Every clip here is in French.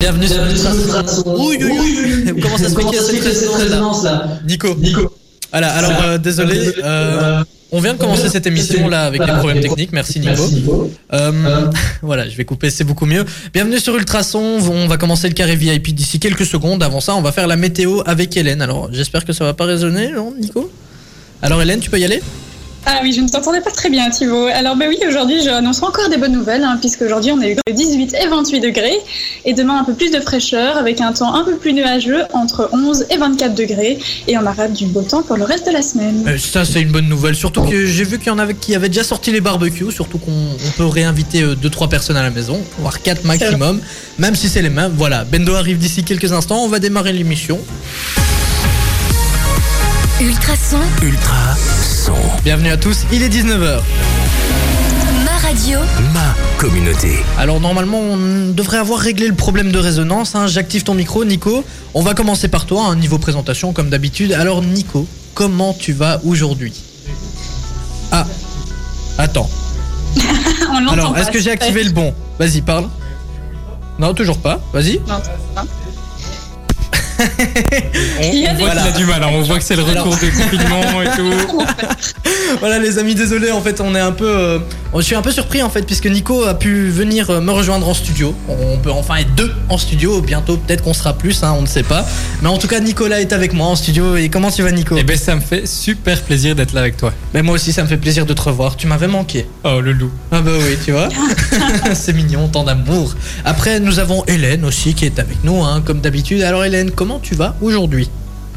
Bienvenue sur Bienvenue Nutrace. sur Nutrace. Ouille, ouille, ouille. Ouille. Comment ça se fait qu'il y a cette résonance-là là Nico. Nico. Voilà, alors euh, désolé, euh, on vient de commencer cette émission là avec des problèmes techniques, merci Nico. Nico. Euh, voilà, je vais couper, c'est beaucoup mieux. Bienvenue sur Ultrason, on va commencer le carré VIP d'ici quelques secondes. Avant ça, on va faire la météo avec Hélène. Alors j'espère que ça va pas résonner, non Nico Alors Hélène, tu peux y aller Ah oui, je ne t'entendais pas très bien, Thibaut. Alors, ben oui, aujourd'hui, j'annonce encore des bonnes nouvelles, hein, puisque aujourd'hui, on a eu 18 et 28 degrés, et demain, un peu plus de fraîcheur, avec un temps un peu plus nuageux, entre 11 et 24 degrés, et on arrête du beau temps pour le reste de la semaine. Euh, ça, c'est une bonne nouvelle. Surtout que j'ai vu qu'il y en avait qui avaient déjà sorti les barbecues. Surtout qu'on on peut réinviter 2-3 personnes à la maison, voire 4 maximum, même si c'est les mêmes. Voilà, Bendo arrive d'ici quelques instants. On va démarrer l'émission. Ultrason, Ultra son. Bienvenue à tous, il est 19h. ma radio, Ma communauté. Alors, normalement, on devrait avoir réglé le problème de résonance. hein. J'active ton micro, Nico. On va commencer par toi, un niveau présentation, comme d'habitude. Alors, Nico, comment tu vas aujourd'hui Ah, attends. on l'entend Euh, Alors, pas, est-ce que j'ai c'est activé le bon Vas-y, parle. Non, toujours pas. Vas-y. vrai. Non, hein. Il y a des voit gens qu'il a du mal, hein. on voit que c'est le retour des confinements et tout. qui vont faire. Voilà les amis, désolé en fait, on est un peu, euh, je suis un peu surpris en fait puisque Nico a pu venir euh, me rejoindre en studio. On peut enfin être deux en studio. Bientôt peut-être qu'on sera plus, hein, on ne sait pas. Mais en tout cas, Nicolas est avec moi en studio. Et comment tu vas, Nico Et ben ça me fait super plaisir d'être là avec toi. Mais moi aussi, ça me fait plaisir de te revoir. Tu m'avais manqué. Oh le loup. Ah bah oui, tu vois. C'est mignon, tant d'amour. Après, nous avons Hélène aussi qui est avec nous, hein, comme d'habitude. Alors Hélène, comment tu vas aujourd'hui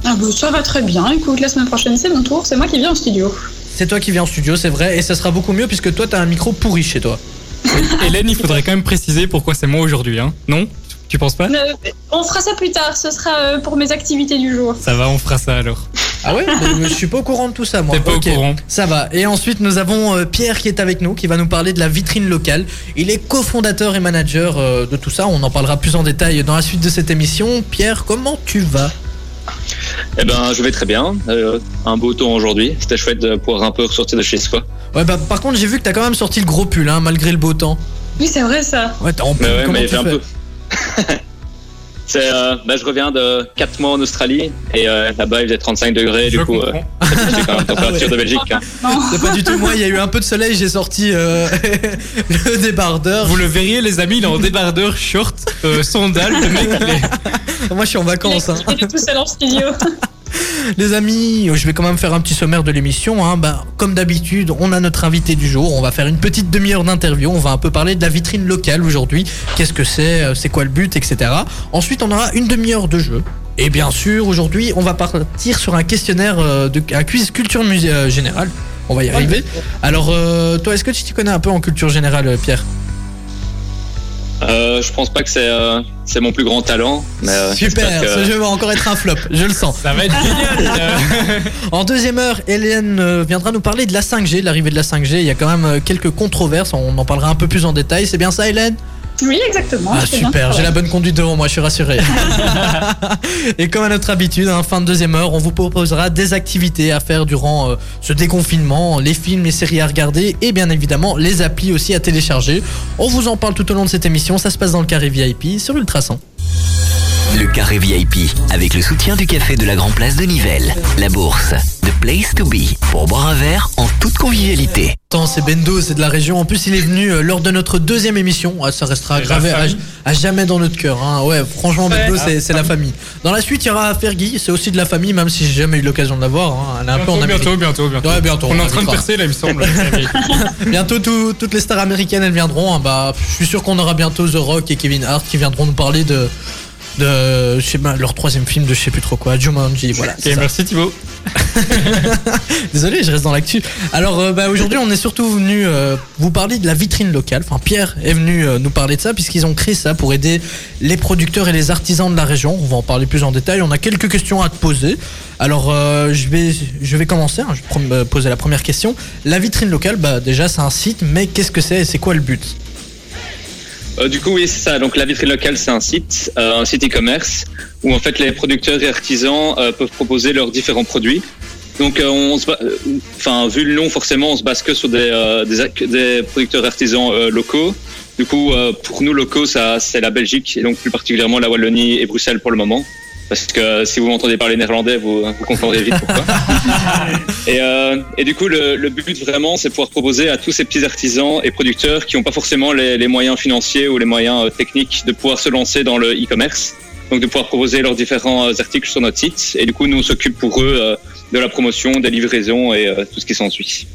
Ah bon, ça va très bien. Écoute, la semaine prochaine, c'est mon tour, c'est moi qui viens en studio. C'est toi qui viens en studio, c'est vrai, et ça sera beaucoup mieux puisque toi t'as un micro pourri chez toi. Hélène, il faudrait quand même préciser pourquoi c'est moi aujourd'hui, hein Non Tu penses pas Euh, on fera ça plus tard, ce sera euh, pour mes activités du jour. Ça va, on fera ça alors. Ah ouais Je suis pas au courant de tout ça, moi. T'es pas Ok. au courant Ça va. Et ensuite, nous avons euh, Pierre qui est avec nous, qui va nous parler de la vitrine locale. Il est cofondateur et manager euh, de tout ça. On en parlera plus en détail dans la suite de cette émission. Pierre, comment tu vas Eh ben, je vais très bien. Euh, un beau temps aujourd'hui. C'était chouette de pouvoir un peu ressortir de chez soi. Ouais, bah par contre, j'ai vu que t'as quand même sorti le gros pull, hein, malgré le beau temps. Oui, c'est vrai, ça. Ouais, t'es en pull, Mais ouais, comment mais tu j'ai un fais peu. C'est, euh, bah, je reviens de 4 mois en Australie et euh, là-bas il faisait 35 degrés, Je du coup, euh, comprends. c'est quand même la température Ah ouais. de Belgique. hein. C'est pas du tout moi, il y a eu un peu de soleil, j'ai sorti euh, le débardeur. Vous le verriez les amis, il est en débardeur, short, euh, sandales, le mec il est... Moi je suis en vacances. hein. Il est tout seul en studio. Les amis, je vais quand même faire un petit sommaire de l'émission. hein. Bah, comme d'habitude, on a notre invité du jour. On va faire une petite demi-heure d'interview. On va un peu parler de la vitrine locale aujourd'hui. Qu'est-ce que c'est euh, C'est quoi le but Etc. Ensuite, on aura une demi-heure de jeu. Et bien sûr, aujourd'hui, on va partir sur un questionnaire, euh, de, un quiz culture musée générale. On va y arriver. Alors, euh, toi, est-ce que tu t'y connais un peu en culture générale, euh, Pierre Euh, je pense pas que c'est euh, c'est mon plus grand talent. Mais, euh, Super, j'espère que- ce jeu va encore être un flop, je le sens. Ça va être génial euh. En deuxième heure, Hélène euh, viendra nous parler de la 5G, de l'arrivée de la 5G. Il y a quand même euh, quelques controverses, on en parlera un peu plus en détail. C'est bien ça, Hélène Oui, exactement. Ah, je fais bien super, le j'ai travail. la bonne conduite devant moi, je suis rassuré. Et comme à notre habitude, hein, fin de deuxième heure, on vous proposera des activités à faire durant euh, ce déconfinement, les films et séries à regarder et bien évidemment les applis aussi à télécharger. On vous en parle tout au long de cette émission, ça se passe dans le carré VIP sur Ultrason. Le carré VIP avec le soutien du café de la Grand Place de Nivelles. La bourse. The place to be. Pour boire un verre en toute convivialité. Attends, c'est Bendo, c'est de la région. En plus, il est venu euh, lors de notre deuxième émission. Ah, ça restera C'est la gravé à, famille. à jamais dans notre cœur. hein. Ouais, franchement, Ouais. Bendo, c'est c'est Ah. la famille. Dans la suite, il y aura Fergie. C'est aussi de la famille, même si j'ai jamais eu l'occasion de la voir. hein. Elle est un peu en bientôt, Amérique. bientôt, bientôt, bientôt. Ouais, bientôt, On est on en train de arrivera. percer là, il me semble. Bientôt, tout- toutes les stars américaines, elles viendront. hein. Bah, je suis sûr qu'on aura bientôt The Rock et Kevin Hart qui viendront nous parler de. De, je sais pas, leur troisième film de je sais plus trop quoi, Jumanji, voilà. Ok, c'est ça. merci Thibaut. Désolé, je reste dans l'actu. Alors euh, bah, aujourd'hui, on est surtout venu euh, vous parler de la vitrine locale. Enfin, Pierre est venu euh, nous parler de ça puisqu'ils ont créé ça pour aider les producteurs et les artisans de la région. On va en parler plus en détail. On a quelques questions à te poser. Alors euh, je vais je vais commencer. hein. Je vais prom- euh, poser la première question. La vitrine locale, bah déjà c'est un site, mais qu'est-ce que c'est et c'est quoi le but Euh, du coup, oui, c'est ça. Donc, la vitrine locale, c'est un site, euh, un site e-commerce, où en fait les producteurs et artisans euh, peuvent proposer leurs différents produits. Donc, euh, on se, ba- euh, enfin, vu le nom, forcément, on se base que sur des, euh, des, ac- des producteurs et artisans euh, locaux. Du coup, euh, pour nous locaux, ça, c'est la Belgique et donc plus particulièrement la Wallonie et Bruxelles pour le moment. Parce que euh, si vous m'entendez parler néerlandais, vous, vous comprendrez vite pourquoi. et, euh, et du coup, le, le but vraiment, c'est de pouvoir proposer à tous ces petits artisans et producteurs qui n'ont pas forcément les, les moyens financiers ou les moyens euh, techniques de pouvoir se lancer dans le e-commerce. Donc de pouvoir proposer leurs différents euh, articles sur notre site. Et du coup, nous, on s'occupe pour eux euh, de la promotion, des livraisons et euh, tout ce qui s'ensuit.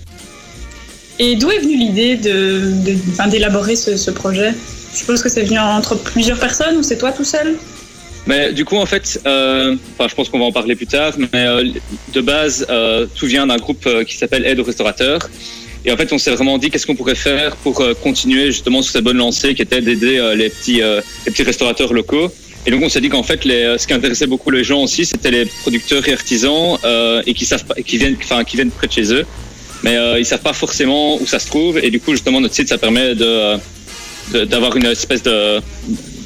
Et d'où est venue l'idée de- de- enfin, d'élaborer ce, ce projet Je suppose que c'est venu entre plusieurs personnes ou c'est toi tout seul Mais du coup, en fait, euh, enfin, je pense qu'on va en parler plus tard, mais euh, de base, euh, tout vient d'un groupe euh, qui s'appelle Aide aux restaurateurs. Et en fait, on s'est vraiment dit qu'est-ce qu'on pourrait faire pour euh, continuer justement sur cette bonne lancée qui était d'aider euh, les petits euh, les petits restaurateurs locaux. Et donc, on s'est dit qu'en fait, les, euh, ce qui intéressait beaucoup les gens aussi, c'était les producteurs et artisans euh, et qui savent pas, qui viennent, enfin, qui viennent près de chez eux, mais euh, ils savent pas forcément où ça se trouve. Et du coup, justement, notre site, ça permet de euh, de- d'avoir une espèce de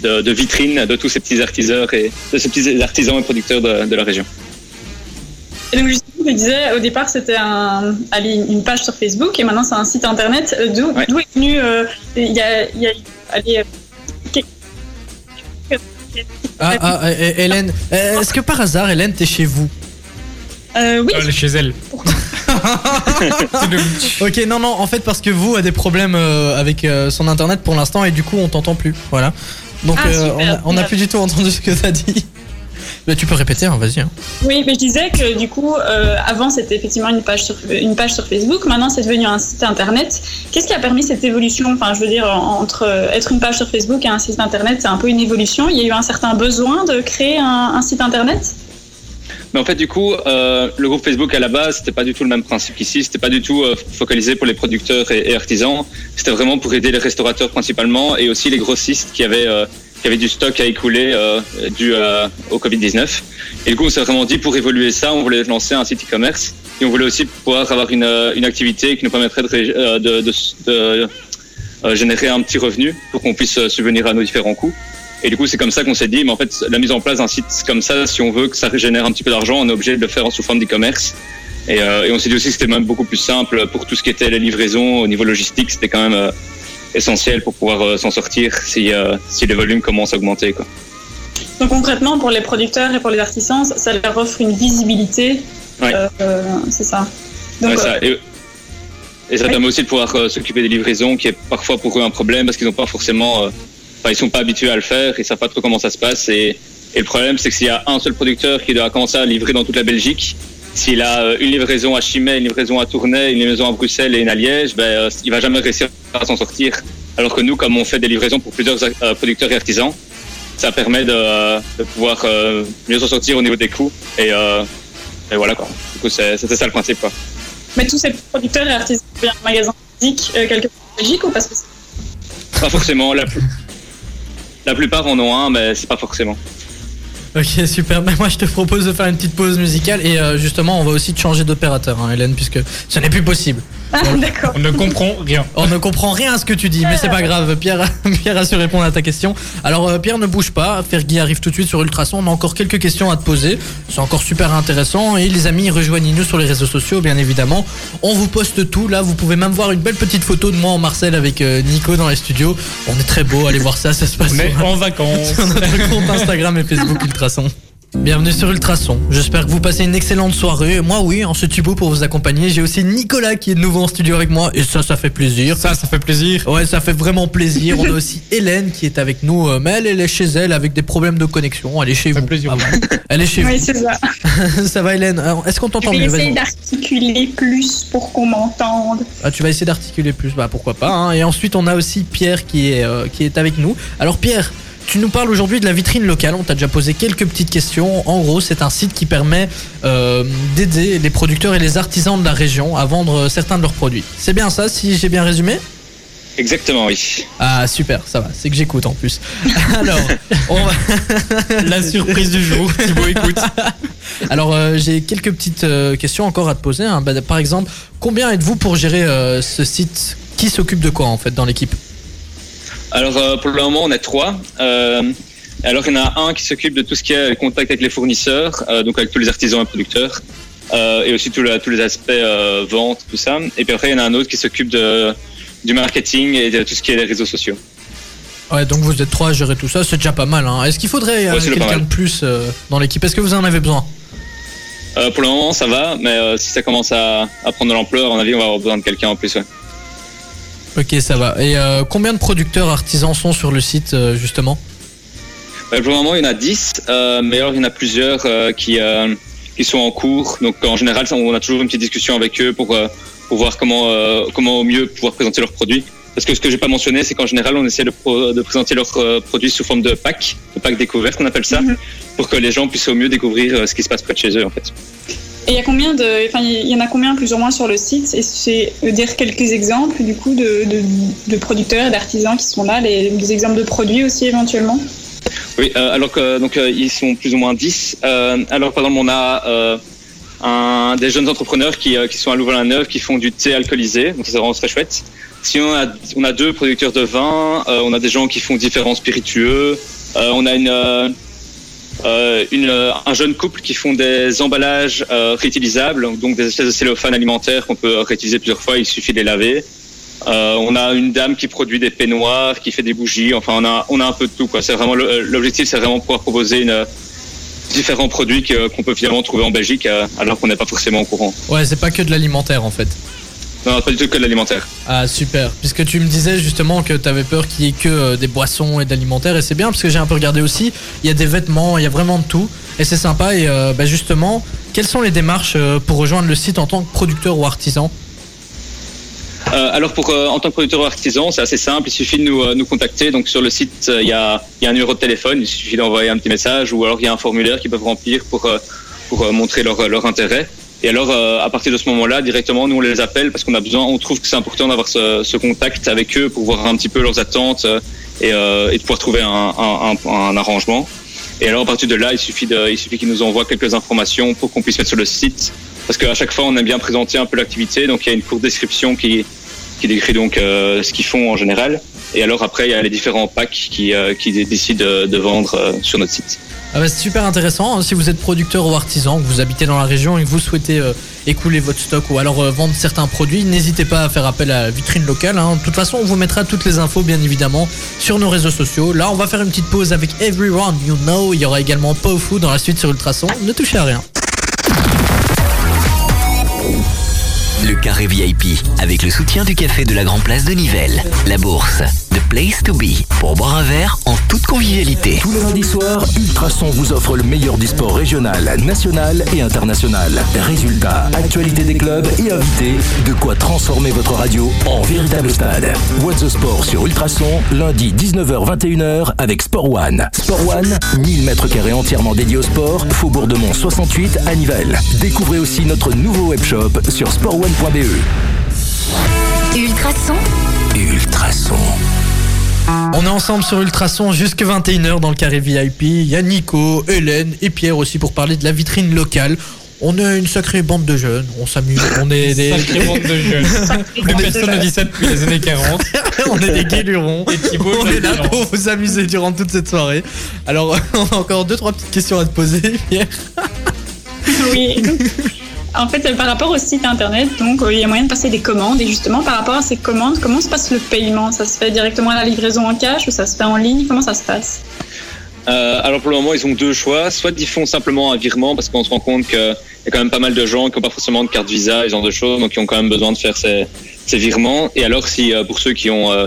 de, de vitrine de tous ces petits artisans et de ces petits artisans et producteurs de, de la région. Et donc justement, tu disais au départ c'était un, allez, une page sur Facebook et maintenant c'est un site internet. Euh, D'où Ouais. d'où est venu euh, Il y a, il y a- allez, euh, Ah, ah, eh, eh, Hélène, euh, est-ce que par hasard, Hélène, t'es chez vous euh, oui, Elle est chez elle. C'est le- Ok, non, non, en fait, parce que vous a des problèmes euh, avec euh, son internet pour l'instant et du coup, on t'entend plus. Voilà. Donc, Ah, euh, super, on a- on n'a super. plus du tout entendu ce que t'as dit. Bah, tu peux répéter, hein, vas-y. hein. Oui, mais je disais que du coup, euh, avant c'était effectivement une page, sur, une page sur Facebook, maintenant c'est devenu un site internet. Qu'est-ce qui a permis cette évolution Enfin, je veux dire, en- entre euh, être une page sur Facebook et un site internet, c'est un peu une évolution. Il y a eu un certain besoin de créer un, un site internet Mais en fait, du coup, euh, le groupe Facebook à la base, c'était pas du tout le même principe qu'ici. C'était pas du tout euh, focalisé pour les producteurs et, et artisans. C'était vraiment pour aider les restaurateurs principalement et aussi les grossistes qui avaient euh, qui avaient du stock à écouler euh, dû à- au Covid 19. Et du coup, on s'est vraiment dit pour évoluer ça, on voulait lancer un site e-commerce et on voulait aussi pouvoir avoir une euh, une activité qui nous permettrait de ré- euh, de, de- de, euh, générer un petit revenu pour qu'on puisse euh, subvenir à nos différents coûts. Et du coup, c'est comme ça qu'on s'est dit, mais en fait, la mise en place d'un site comme ça, si on veut que ça régénère un petit peu d'argent, on est obligé de le faire sous forme d'e-commerce. Et, euh, et on s'est dit aussi que c'était même beaucoup plus simple pour tout ce qui était la livraison au niveau logistique. C'était quand même euh, essentiel pour pouvoir euh, s'en sortir si, euh, si les volumes commencent à augmenter. Quoi. Donc concrètement, pour les producteurs et pour les artisans, ça- ça leur offre une visibilité. Ouais. Euh, euh, c'est ça. Donc, euh, Ouais, ça, et, et ça Oui. permet aussi de pouvoir euh, s'occuper des livraisons, qui est parfois pour eux un problème parce qu'ils n'ont pas forcément, euh, enfin ils sont pas habitués à le faire, ils savent pas trop comment ça se passe. Et, et le problème, c'est que s'il y a un seul producteur qui doit commencer à livrer dans toute la Belgique, s'il a euh, une livraison à Chimay, une livraison à Tournai, une livraison à Bruxelles et une à Liège, ben euh, il va jamais réussir à s'en sortir. Alors que nous, comme on fait des livraisons pour plusieurs euh, producteurs et artisans, ça permet de, euh, de pouvoir euh, mieux s'en sortir au niveau des coûts. Et, euh, et voilà quoi. Du coup, c'est- c'était ça le principe quoi. euh, mais tous ces producteurs et artisans viennent un magasin physique euh, quelque part en Belgique ou parce que c'est- Pas forcément. La, plu- la plupart en ont un, mais c'est pas forcément. Ok, super. Mais moi, je te propose de faire une petite pause musicale et euh, justement, on va aussi te changer d'opérateur, hein, Hélène, puisque ce n'est plus possible. Ah, d'accord. On ne comprend rien. On ne comprend rien à ce que tu dis, mais c'est pas grave. Pierre, a- Pierre a su répondre à ta question. Alors, euh, Pierre, ne bouge pas. Fergie arrive tout de suite sur Ultrason. On a encore quelques questions à te poser. C'est encore super intéressant. Et les amis, rejoignez-nous sur les réseaux sociaux, bien évidemment. On vous poste tout. Là, vous pouvez même voir une belle petite photo de moi en Marseille avec euh, Nico dans les studios. On est très beau. Allez voir ça. Ça se passe On est sur- en vacances. sur notre compte Instagram et Facebook Ultrason. Bienvenue sur Ultrason. J'espère que vous passez une excellente soirée. Moi, oui, en ce tubo pour vous accompagner. J'ai aussi Nicolas qui est de nouveau en studio avec moi. Et ça, ça fait plaisir. Ça, ça fait plaisir. Ouais, ça fait vraiment plaisir. On a aussi Hélène qui est avec nous, euh, mais elle, elle est chez elle avec des problèmes de connexion. Elle est chez Ça vous. fait plaisir. Elle est chez Oui, c'est ça. vous. ça va, Hélène Alors, Est-ce qu'on Je t'entend vais mieux Vas-y. essayer d'articuler plus pour qu'on m'entende. Ah, Tu vas essayer d'articuler plus. Bah pourquoi pas. hein. Et ensuite, on a aussi Pierre qui est euh, qui est avec nous. Alors Pierre. Tu nous parles aujourd'hui de la vitrine locale. On t'a déjà posé quelques petites questions. En gros, c'est un site qui permet euh, d'aider les producteurs et les artisans de la région à vendre euh, certains de leurs produits. C'est bien ça, si j'ai bien résumé Exactement, oui. Ah super, ça va. C'est que j'écoute en plus. Alors, on va... La surprise du jour. Thibaut, écoute. Alors euh, j'ai quelques petites euh, questions encore à te poser. hein. Bah, par exemple, combien êtes-vous pour gérer euh, ce site Qui s'occupe de quoi en fait dans l'équipe Alors euh, pour le moment, on est trois. Euh, alors il y en a un qui s'occupe de tout ce qui est contact avec les fournisseurs, euh, donc avec tous les artisans et producteurs, euh, et aussi tout le- tous les aspects euh, vente, tout ça. Et puis après, il y en a un autre qui s'occupe de du marketing et de tout ce qui est les réseaux sociaux. Ouais, donc vous êtes trois à gérer tout ça, c'est déjà pas mal. Hein. Est-ce qu'il faudrait euh, Ouais, c'est le pas quelqu'un mal. de plus euh, dans l'équipe Est-ce que vous en avez besoin Euh, pour le moment, ça va, mais euh, si ça commence à, à prendre de l'ampleur, à mon avis, on va avoir besoin de quelqu'un en plus. Ouais. Ok, ça va. Et euh, combien de producteurs artisans sont sur le site euh, justement Ouais, pour le moment, Euh, il y en a 10, euh, mais alors il y en a plusieurs euh, qui, euh, qui sont en cours. Donc en général, ça, on a toujours une petite discussion avec eux pour, euh, pour voir comment, euh, comment au mieux pouvoir présenter leurs produits. Parce que ce que j'ai pas mentionné, c'est qu'en général, on essaie de, pro- de présenter leurs euh, produits sous forme de pack, de pack découverte, on appelle ça, pour que les gens puissent au mieux découvrir euh, ce qui se passe près de chez eux, en fait. Et il y a combien de, enfin, il y en a combien plus ou moins sur le site Et c'est euh, dire quelques exemples du coup de, de, de producteurs et d'artisans qui sont là, les, des exemples de produits aussi éventuellement. Oui, euh, alors que donc euh, ils sont plus ou moins 10. Euh, alors par exemple, on a euh, un, des jeunes entrepreneurs qui, euh, qui sont à Louvain-la-Neuve qui font du thé alcoolisé, donc ça c'est vraiment très chouette. Sinon, on a, on a deux producteurs de vin, euh, on a des gens qui font différents spiritueux, euh, on a une, euh, euh, une, euh, un jeune couple qui font des emballages euh, réutilisables, donc des espèces de cellophane alimentaires qu'on peut réutiliser plusieurs fois, il suffit de les laver. Euh, on a une dame qui produit des peignoirs, qui fait des bougies. Enfin, on a, on a un peu de tout. Quoi. C'est vraiment le- euh, l'objectif, c'est vraiment pouvoir proposer une, euh, différents produits que- qu'on peut finalement trouver en Belgique, euh, alors qu'on n'est pas forcément au courant. Ouais, c'est pas que de l'alimentaire en fait. Non, pas du tout que de l'alimentaire. Ah super, puisque tu me disais justement que t'avais peur qu'il y ait que euh, des boissons et d'alimentaire et c'est bien parce que j'ai un peu regardé aussi, il y a des vêtements, il y a vraiment de tout et c'est sympa et euh, bah, justement, quelles sont les démarches euh, pour rejoindre le site en tant que producteur ou artisan Euh, alors pour euh, en tant que producteur artisan, c'est assez simple. Il suffit de nous, euh, nous contacter. Donc sur le site, euh, il y, a, il y a un numéro de téléphone. Il suffit d'envoyer un petit message ou alors il y a un formulaire qu'ils peuvent remplir pour euh, pour euh, montrer leur leur intérêt. Et alors euh, à partir de ce moment-là, directement, nous on les appelle parce qu'on a besoin. On trouve que c'est important d'avoir ce, ce contact avec eux pour voir un petit peu leurs attentes euh, et, euh, et de pouvoir trouver un, un, un, un arrangement. Et alors à partir de là, il suffit de, il suffit qu'ils nous envoient quelques informations pour qu'on puisse mettre sur le site. Parce qu'à chaque fois, on aime bien présenter un peu l'activité. Donc il y a une courte description qui qui décrit donc euh, ce qu'ils font en général. Et alors après, il y a les différents packs qui, euh, qui dé- décident euh, de vendre euh, sur notre site. Ah bah, c'est super intéressant. Si vous êtes producteur ou artisan, que vous habitez dans la région et que vous souhaitez euh, écouler votre stock ou alors euh, vendre certains produits, n'hésitez pas à faire appel à Vitrine Locale. hein. De toute façon, on vous mettra toutes les infos, bien évidemment, sur nos réseaux sociaux. Là, on va faire une petite pause avec Everyone You Know. Il y aura également Pofu dans la suite sur Ultrason. Ne touchez à rien. Le carré VIP avec le soutien du café de la Grand Place de Nivelles, la bourse, The Place to Be pour boire un verre en toute convivialité. Tous les lundis soirs, Ultrason vous offre le meilleur du sport régional, national et international. Résultats, actualités des clubs et invités, de quoi transformer votre radio en véritable stade. What's the Sport sur Ultrason, lundi 19h-21h avec Sport One. Sport One, 1000 mètres carrés entièrement dédiés au sport, Faubourg de Mont 68 à Nivelles. Découvrez aussi notre nouveau webshop sur sportone.be. Ultrason. Ultrason. On est ensemble sur Ultrason jusque 21h dans le carré VIP. Il y a Nico, Hélène et Pierre aussi pour parler de la vitrine locale. On est une sacrée bande de jeunes, on s'amuse, on est des, Sacré bande de jeunes. Plus personne ne dit ça depuis les années 40. on est des guélurons. Thibaut, on ça est là fait pour vous amuser durant toute cette soirée. Alors, on a encore deux trois petites questions à te poser, Pierre. Oui. En fait, euh, par rapport au site internet, donc euh, il y a moyen de passer des commandes. Et justement, par rapport à ces commandes, comment se passe le paiement Ça se fait directement à la livraison en cash ou ça se fait en ligne Comment ça se passe Euh, alors pour le moment, ils ont deux choix. Soit ils font simplement un virement parce qu'on se rend compte qu'il y a quand même pas mal de gens qui n'ont pas forcément de carte Visa, ce genre de choses, donc ils ont quand même besoin de faire ces, ces virements. Et alors si euh, pour ceux qui ont, euh,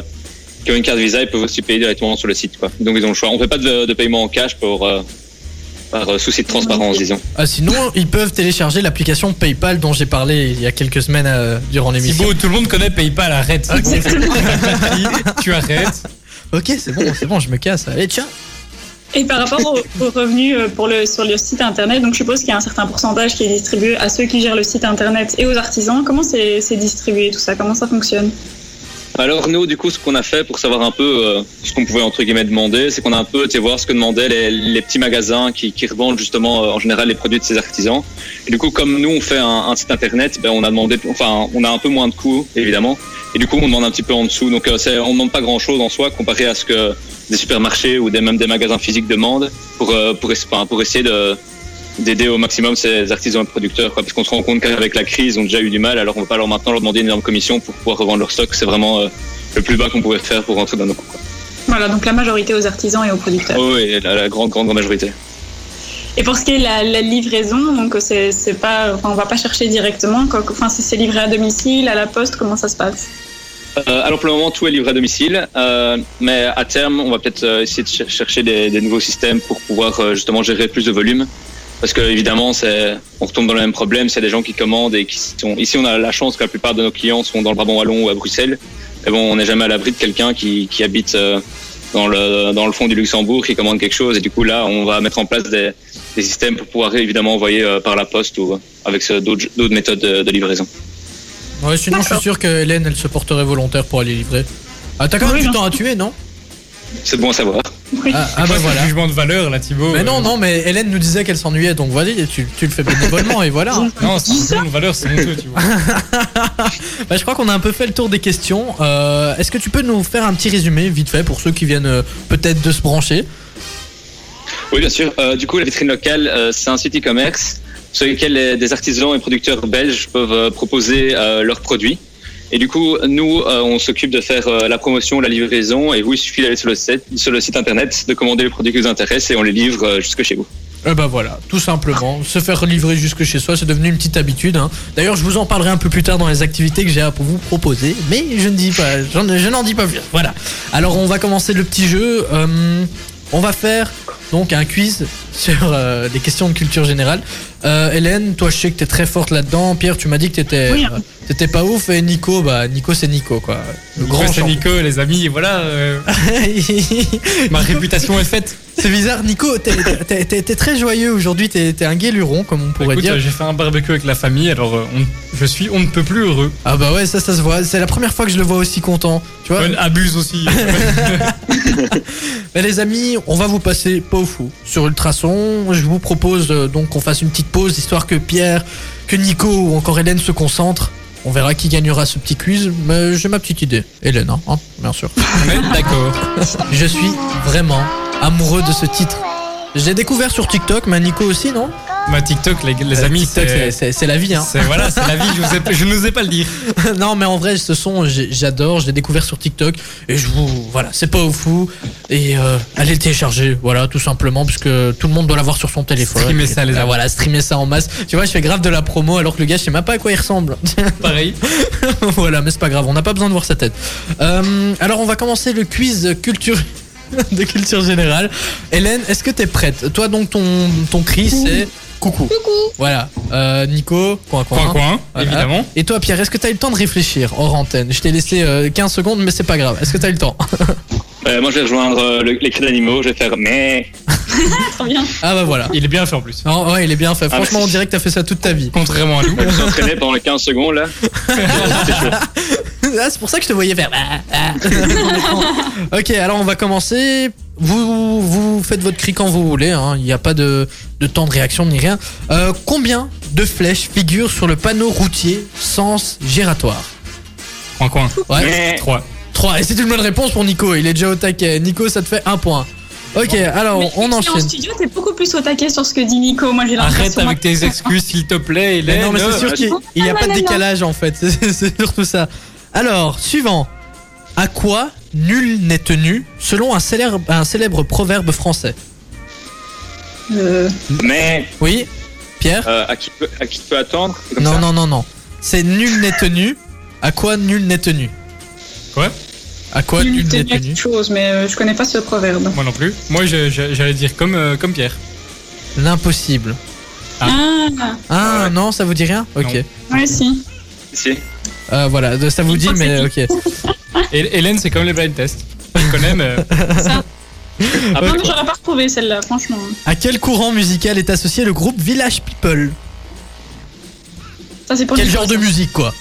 qui ont une carte Visa, ils peuvent aussi payer directement sur le site. Quoi. Donc ils ont le choix. On fait pas de, de paiement en cash pour, euh, par euh, souci de transparence, disons. Ah, sinon, ils peuvent télécharger l'application PayPal dont j'ai parlé il y a quelques semaines euh, durant l'émission. Thibaut, tout le monde connaît PayPal, arrête. Exactement. Ah. tu arrêtes. Ok, c'est bon, c'est bon, je me casse. Eh, Allez, tiens. Et par rapport au- aux revenus euh, pour le, sur le site internet, donc je suppose qu'il y a un certain pourcentage qui est distribué à ceux qui gèrent le site internet et aux artisans. Comment c'est c'est distribué tout ça Comment ça fonctionne Alors nous, du coup, ce qu'on a fait pour savoir un peu euh, ce qu'on pouvait entre guillemets demander, c'est qu'on a un peu été voir ce que demandaient les, les petits magasins qui, qui revendent justement euh, en général les produits de ces artisans. Et du coup, comme nous, on fait un, un site internet, ben, on a demandé, enfin, on a un peu moins de coûts évidemment. Et du coup, on demande un petit peu en dessous. Donc, euh, c'est- on demande pas grand-chose en soi comparé à ce que des supermarchés ou des, même des magasins physiques demandent pour euh, pour, es- enfin, pour essayer de d'aider au maximum ces artisans et producteurs, quoi, parce qu'on se rend compte qu'avec la crise, ils ont déjà eu du mal, alors on va pas leur maintenant leur demander une énorme commission pour pouvoir revendre leur stock. C'est vraiment euh, le plus bas qu'on pouvait faire pour rentrer dans nos coûts. quoi. Ouais, voilà, donc la majorité aux artisans et aux producteurs. Oh, oui, la, la grande, grande, grande majorité. Et pour ce qui est de la, la livraison, donc c'est, c'est pas, enfin, on va pas chercher directement. quoi. Enfin, si c'est livré à domicile, à la poste, comment ça se passe Euh, alors pour le moment, tout est livré à domicile, euh, mais à terme, on va peut-être euh, essayer de cher- chercher des, des nouveaux systèmes pour pouvoir euh, justement gérer plus de volume. Parce que évidemment, c'est, on retombe dans le même problème. C'est des gens qui commandent et qui sont. Ici, on a la chance que la plupart de nos clients sont dans le Brabant wallon ou à Bruxelles. Mais bon, on n'est jamais à l'abri de quelqu'un qui, qui habite euh, dans le dans le fond du Luxembourg qui commande quelque chose. Et du coup, là, on va mettre en place des, des systèmes pour pouvoir évidemment envoyer euh, par la poste ou euh, avec ce- d'autres d'autres méthodes de, de livraison. Ouais, sinon, je suis sûr que Hélène, elle se porterait volontaire pour aller livrer. Ah, t'as quand même Oui, du non. temps à tuer, non C'est bon à savoir. Oui. Ah, ah, bah voilà. jugement de valeur là, Thibaut. Mais euh, non, non, mais Hélène nous disait qu'elle s'ennuyait, donc vas-y, tu, tu le fais bénévolement et voilà. hein. Non, c'est un jugement de valeur, c'est honteux, Thibaut. Bah, je crois qu'on a un peu fait le tour des questions. Euh, Est-ce que tu peux nous faire un petit résumé, vite fait, pour ceux qui viennent euh, peut-être de se brancher Oui, bien sûr. Euh, du coup, la vitrine locale, euh, c'est un site e-commerce sur lequel les- des artisans et producteurs belges peuvent euh, proposer euh, leurs produits. Et du coup, nous, euh, on s'occupe de faire euh, la promotion, la livraison. Et vous, il suffit d'aller sur le, site, sur le site internet, de commander les produits qui vous intéressent et on les livre euh, jusque chez vous. Eh ben voilà, tout simplement, se faire livrer jusque chez soi, c'est devenu une petite habitude. hein. D'ailleurs, je vous en parlerai un peu plus tard dans les activités que j'ai à vous proposer, mais je ne dis pas, j'en- je n'en dis pas plus. Voilà. Alors, on va commencer le petit jeu. Euh, on va faire donc un quiz sur euh, des questions de culture générale. Euh, Hélène, toi, je sais que t'es très forte là-dedans. Pierre, tu m'as dit que t'étais, Oui. euh, t'étais pas ouf. Et Nico, bah Nico, c'est Nico, quoi. Le Grand grand c'est champion. Nico, les amis, voilà, euh, ma réputation est faite. c'est bizarre, Nico. T'es, t'es- t'es- t'es très joyeux aujourd'hui. T'es, t'es un guéluron, comme on pourrait Écoute, dire. euh, j'ai fait un barbecue avec la famille, alors euh, on- je suis on ne peut plus heureux. Ah bah ouais, ça, ça se voit. C'est la première fois que je le vois aussi content. Tu vois On abuse aussi. Mais les amis, on va vous passer pas au fou sur Ultrason. Je vous propose euh, donc qu'on fasse une petite pause, histoire que Pierre, que Nico ou encore Hélène se concentrent. On verra qui gagnera ce petit quiz, mais j'ai ma petite idée. Hélène, hein, hein, bien sûr. Ouais, D'accord. Je suis vraiment amoureux de ce titre. J'ai découvert sur TikTok, mais Nico aussi, non Ma TikTok, les, les Euh, amis, TikTok, c'est- c'est. c'est c'est la vie. Hein. c'est- Voilà, c'est la vie, je, vous ai- je n'osais pas le dire. non, mais en vrai, ce son, j'ai- j'adore. Je l'ai découvert sur TikTok. Et je vous. Voilà, c'est pas au fou. Et euh, allez le télécharger. Voilà, tout simplement. Puisque tout le monde doit l'avoir sur son téléphone. Streamer ça, les Ah, amis. Voilà, streamer ça en masse. Tu vois, je fais grave de la promo alors que le gars, je sais même pas à quoi il ressemble. Pareil. voilà, mais c'est pas grave. On n'a pas besoin de voir sa tête. Euh, alors, on va commencer le quiz culture. de culture générale. Hélène, est-ce que t'es prête Toi, donc, ton, ton cri, c'est. Coucou. Voilà. Euh, Nico, coin, coin. Coin coin, Voilà. évidemment. Et toi, Pierre, est-ce que t'as eu le temps de réfléchir hors antenne Je t'ai laissé euh, 15 secondes, mais c'est pas grave. Est-ce que t'as eu le temps Euh, moi, je vais rejoindre euh, le- les cris d'animaux. Je vais faire mais. Très bien. Ah bah voilà. Il est bien fait en plus. Non, ouais, il est bien fait. Franchement, merci. on dirait que t'as fait ça toute ta vie. Contrairement à nous. Je me suis entraîné pendant les 15 secondes là. Ah, c'est pour ça que je te voyais faire. Ah, ah. ok, alors on va commencer. Vous, vous faites votre cri quand vous voulez. hein. Il n'y a pas de, de temps de réaction ni rien. Euh, combien de flèches figurent sur le panneau routier sens giratoire Coin coin. Ouais. Mais. 3. 3. Et c'est une bonne réponse pour Nico. Il est déjà au taquet. Nico, ça te fait un point. Ok, alors Oh. Mais Ah, on ici, En enchaîne. studio, t'es beaucoup plus au taquet sur ce que dit Nico. Moi, j'ai Arrête l'impression. avec tes excuses, s'il te plaît. Mais Hélène. non, mais c'est sûr euh, qu'il bon. n'y a Ah, pas de non, non, non. décalage en fait. C'est- C'est surtout ça. Alors, suivant. À quoi nul n'est tenu selon un célèbre, un célèbre proverbe français Euh, Mais. Oui Pierre euh, à, qui peut, à qui peut attendre C'est comme Non, ça. non, non, non. C'est nul n'est tenu. À quoi nul n'est tenu Quoi À quoi il nul me n'est tenait à tenu quelque chose, mais euh, je connais pas ce proverbe. Moi non plus. Moi, je- je- j'allais dire comme, euh, comme Pierre. L'impossible. Ah, Ah Ouais. non, ça vous dit rien Ok. Non. ouais, si. Si. Euh, voilà, de- ça vous dit, crois que mais ok. Hé- Hélène, c'est comme les blind tests. Je connais, mais. euh, Ah, Non, bah, mais j'aurais pas retrouvé celle-là, franchement. À quel courant musical est associé le groupe Village People Ça, c'est pour Quel Nico, genre de ça. musique, quoi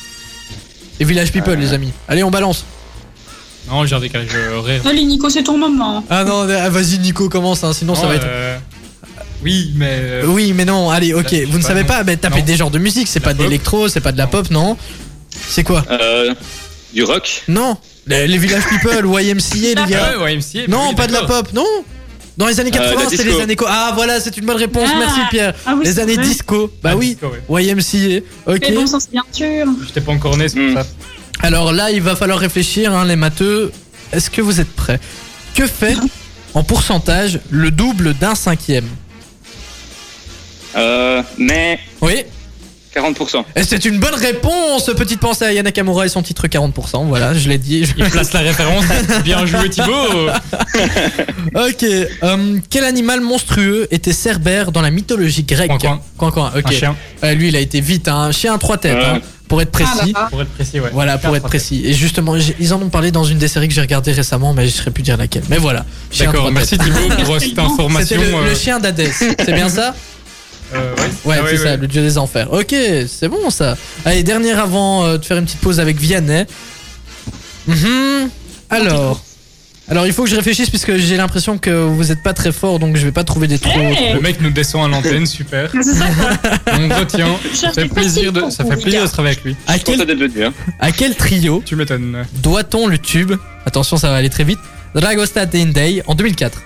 Et Village People, les amis. Allez, on balance. Non, j'ai un décalage horaire. Allez, Nico, c'est ton moment. Ah non, ah, vas-y Nico, commence, hein, sinon ça va être... Euh, Oui, mais. euh, Oui, mais non, allez, ok, je sais vous ne pas, savez non. pas, mais tapez Non. des genres de musique, c'est La pas de pop. l'électro, c'est pas de la Non. pop, non C'est quoi Euh, du rock Non Les, les Village People, YMCA, les gars Ah ouais, YMCA, bah Non, oui, pas de la d'accord. pop, non Dans les années Euh, la 80, c'était disco. les années... co- Ah voilà, c'est une bonne réponse, Ah, merci Pierre Ah oui, Les c'est années vrai. disco, bah Ah, oui disco, ouais. YMCA, ok. Mais bon, ça, c'est bien sûr. J'étais pas encore Mm. né, c'est pour Hmm. ça. Alors là, il va falloir réfléchir, hein, les matheux. Est-ce que vous êtes prêts Que fait en pourcentage le double d'un cinquième Euh, mais Oui 40%. Et c'est une bonne réponse, petite pensée à Yana Kamura et son titre 40%, voilà, je l'ai dit. je- Il place la référence. Bien joué Thibaut. Ok, euh, quel animal monstrueux était Cerbère dans la mythologie grecque Coin, coin. Coin, coin, ok. Un chien, Euh. Euh, lui, il a été vite, hein, un chien à trois têtes, Ouais. hein, pour être précis. Ah là là. pour être précis, ouais. Voilà, pour Chien à être trois précis. Et justement, j'ai- ils en ont parlé dans une des séries que j'ai regardées récemment, mais je ne saurais plus dire laquelle. Mais voilà, têtes. chien à D'accord, trois merci têtes. Thibaut pour euh, cette C'était information. le, le euh, chien d'Hadès, c'est bien ça euh, ouais, Ouais, Ah, c'est ça, le dieu des enfers. Ok, c'est bon ça. Allez, dernière avant euh, de faire une petite pause avec Vianney. Mhm. Alors. Alors, il faut que je réfléchisse puisque j'ai l'impression que vous n'êtes pas très fort, donc je vais pas trouver des trop. Hey Le mec nous descend à l'antenne, super. Eh, bah, C'est ça, quoi. On retient. Je Ça cherche fait des plaisir de, faciles ça pour fait vous, plaisir de les travailler avec lui. À Je suis quel, content d'être venu. hein. à quel trio Tu m'étonnes. doit-on le tube Attention, ça va aller très vite. Dragostat Day en 2004.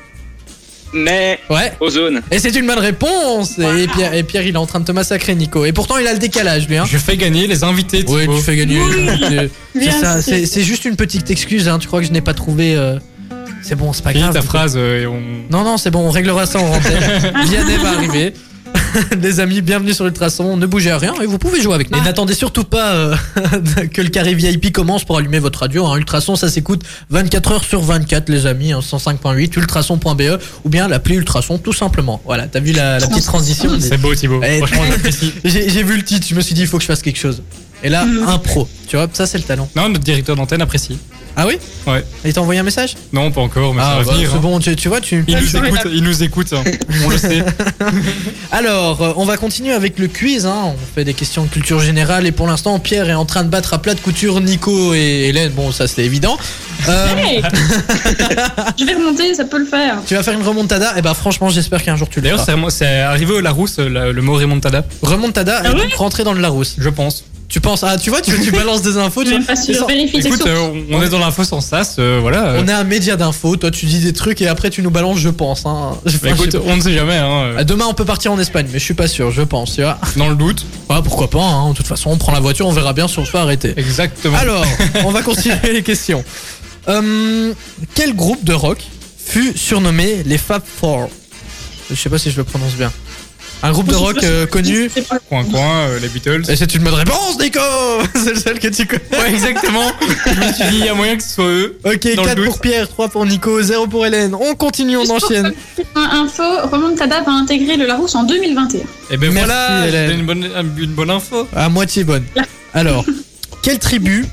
Mais Ouais. Ozone. Et c'est une bonne réponse et, Pierre, et Pierre, il est en train de te massacrer, Nico. Et pourtant, il a le décalage, lui. Hein. Je fais gagner les invités, Ouais, Thibaut. tu fais gagner. C'est- gars. C'est ça, Bien c'est sûr. c'est juste une petite excuse, hein. tu crois que je n'ai pas trouvé. euh, C'est bon, c'est pas Finis grave. ta phrase euh, et on. Non, non, c'est bon, on réglera ça en rentrée. Vianney va arriver. Les amis, bienvenue sur Ultrason. Ne bougez à rien et vous pouvez jouer avec nous. Et n'attendez surtout pas euh, que le carré VIP commence pour allumer votre radio. hein. Ultrason, ça s'écoute 24 heures sur 24, les amis. hein, 105.8, ultrason.be E ou bien l'appli Ultrason, tout simplement. Voilà, t'as vu la, la petite transition C'est beau, Thibaut. Eh, Franchement, j'apprécie. J'ai j'ai vu le titre, je me suis dit, il faut que je fasse quelque chose. Et là, un pro. Tu vois, ça, c'est le talent. Non, notre directeur d'antenne apprécie. Ah oui Ouais. Il t'a envoyé un message Non, pas encore, mais ça va bah, venir. c'est hein. bon, tu, tu vois, tu. Il Ouais, nous j'aurais écoute, il nous écoute. hein. On le sait. Alors, euh, on va continuer avec le quiz. hein. On fait des questions de culture générale et pour l'instant, Pierre est en train de battre à plat de couture Nico et Hélène. Bon, ça c'était évident. Euh, Hey Eh. je vais remonter, ça peut le faire. tu vas faire une remontada. Et bah, franchement, j'espère qu'un jour tu le D'ailleurs, feras. c'est- c'est arrivé au Larousse, la- le mot remontada, Remontada Ah et ouais donc rentrer dans le Larousse. je pense. Tu penses, ah, tu vois, tu, tu balances des infos. Je Tu vais pas sûr, vérifie tes Écoute, sources. euh, on on est dans l'info sans sas, euh, voilà. On est un média d'infos. Toi, tu dis des trucs et après, tu nous balances, je pense. hein. Enfin, Bah, je écoute, sais pas. on ne sait jamais, hein, euh, Ah, Demain, on peut partir en Espagne, mais je suis pas sûr, je pense. Tu vois. dans le doute. Ah, pourquoi pas, hein. De toute façon, on prend la voiture, on verra bien si on se fait arrêter. Exactement. Alors, on va continuer les questions. Hum, quel groupe de rock fut surnommé les Fab Four Je sais pas si je le prononce bien. Un groupe de rock euh, connu. C'est pas- coin coin, euh, les Beatles. Et c'est une bonne réponse, Nico C'est le seul que tu connais. Ouais, exactement. je me suis dit, il y a moyen que ce soit eux. Ok, Dans le 4 doute. pour Pierre, 3 pour Nico, 0 pour Hélène. On continue, on Juste pour enchaîne. Un info, Remontada va intégrer le Larousse en 2021. Et ben Merci, voilà, Hélène. j'ai donné une bonne, un- une bonne info. À moitié bonne. Alors, quelle tribu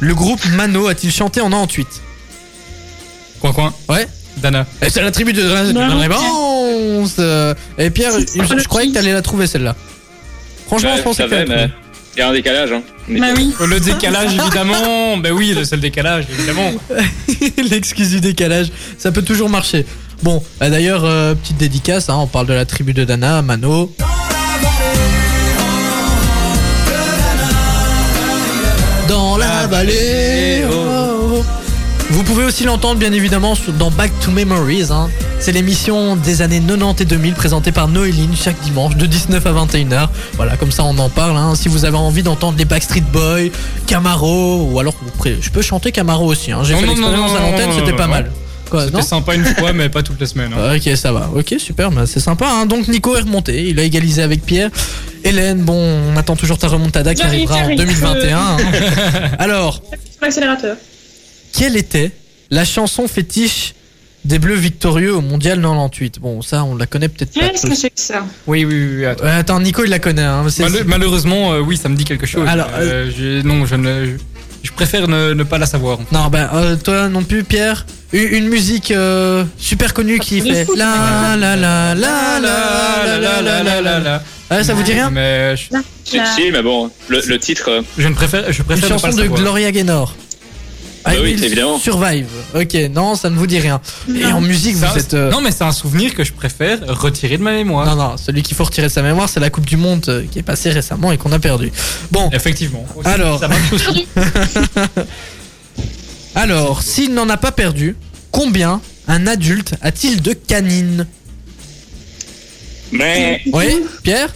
le groupe Mano a-t-il chanté en 98 Coin coin. Ouais. Dana. Et C'est la tribu de la Non. réponse euh, Et Pierre, C'est je, pas je le croyais que t'allais la trouver celle-là. Franchement, Ouais, je je pensais que savais, t'allais la mais trouver. il y a un décalage. Hein. Mais- Bah oui. Euh, Le décalage, évidemment. ben oui, le seul décalage, Euh, évidemment. L'excuse du décalage, ça peut toujours marcher. Bon, bah d'ailleurs, euh, petite dédicace, hein, on parle de la tribu de Dana, Mano. Dans la vallée. oh, oh. Vous pouvez aussi l'entendre bien évidemment sur- dans Back to Memories. hein. C'est l'émission des années 90 et 2000 présentée par Noéline chaque dimanche de 19 à 21h. Voilà, comme ça on en parle. hein. Si vous avez envie d'entendre les Backstreet Boys, Camaro, ou alors vous pré- je peux chanter Camaro aussi. hein. J'ai Non, fait non, l'expérience non, à non, l'antenne, non, c'était non, pas non. mal. Quoi, non Ah, C'était sympa une fois, mais pas toutes les semaines. hein. Ok, ça va. Ok, super, bah, c'est sympa. hein. Donc Nico est remonté, il a égalisé avec Pierre. Hélène, bon, on attend toujours ta remontada qui J'arrive, arrivera en j'arrive. 2021. hein. alors, Sur l'accélérateur. quelle était la chanson fétiche des Bleus victorieux au Mondial 98 Bon, ça, on la connaît peut-être pas. Qu'est-ce que tous. c'est que ça Oui, oui, oui. oui, attends. Ouais, Euh, attends, Nico, il la connaît. hein. C'est- Mal- malheureusement, euh, oui, ça me dit quelque chose. Alors, Euh, j'ai- non, je ne. je- Je préfère ne, ne pas la savoir. Non, ben, euh, toi non plus, Pierre. U- Une musique euh, super connue qui Le fait foot. la la la la la la la la la la. Ah, Ça vous dit rien Mais je, Si, si, mais bon, le, le titre, euh, je ne préfère, je Une préfère ne pas chanson la de savoir. Gloria Gaynor. Bah I oui, Will évidemment. Survive. Ok, non, ça ne vous dit rien. Et Non. en musique, Ça, vous êtes. euh, Non, mais c'est un souvenir que je préfère retirer de ma mémoire. Non, non, celui qu'il faut retirer de sa mémoire, c'est la Coupe du Monde euh, qui est passée récemment et qu'on a perdu. Bon, Effectivement. Alors. Ça marche aussi. alors, s'il n'en a pas perdu, combien un adulte a-t-il de canines mais euh, Oui, Pierre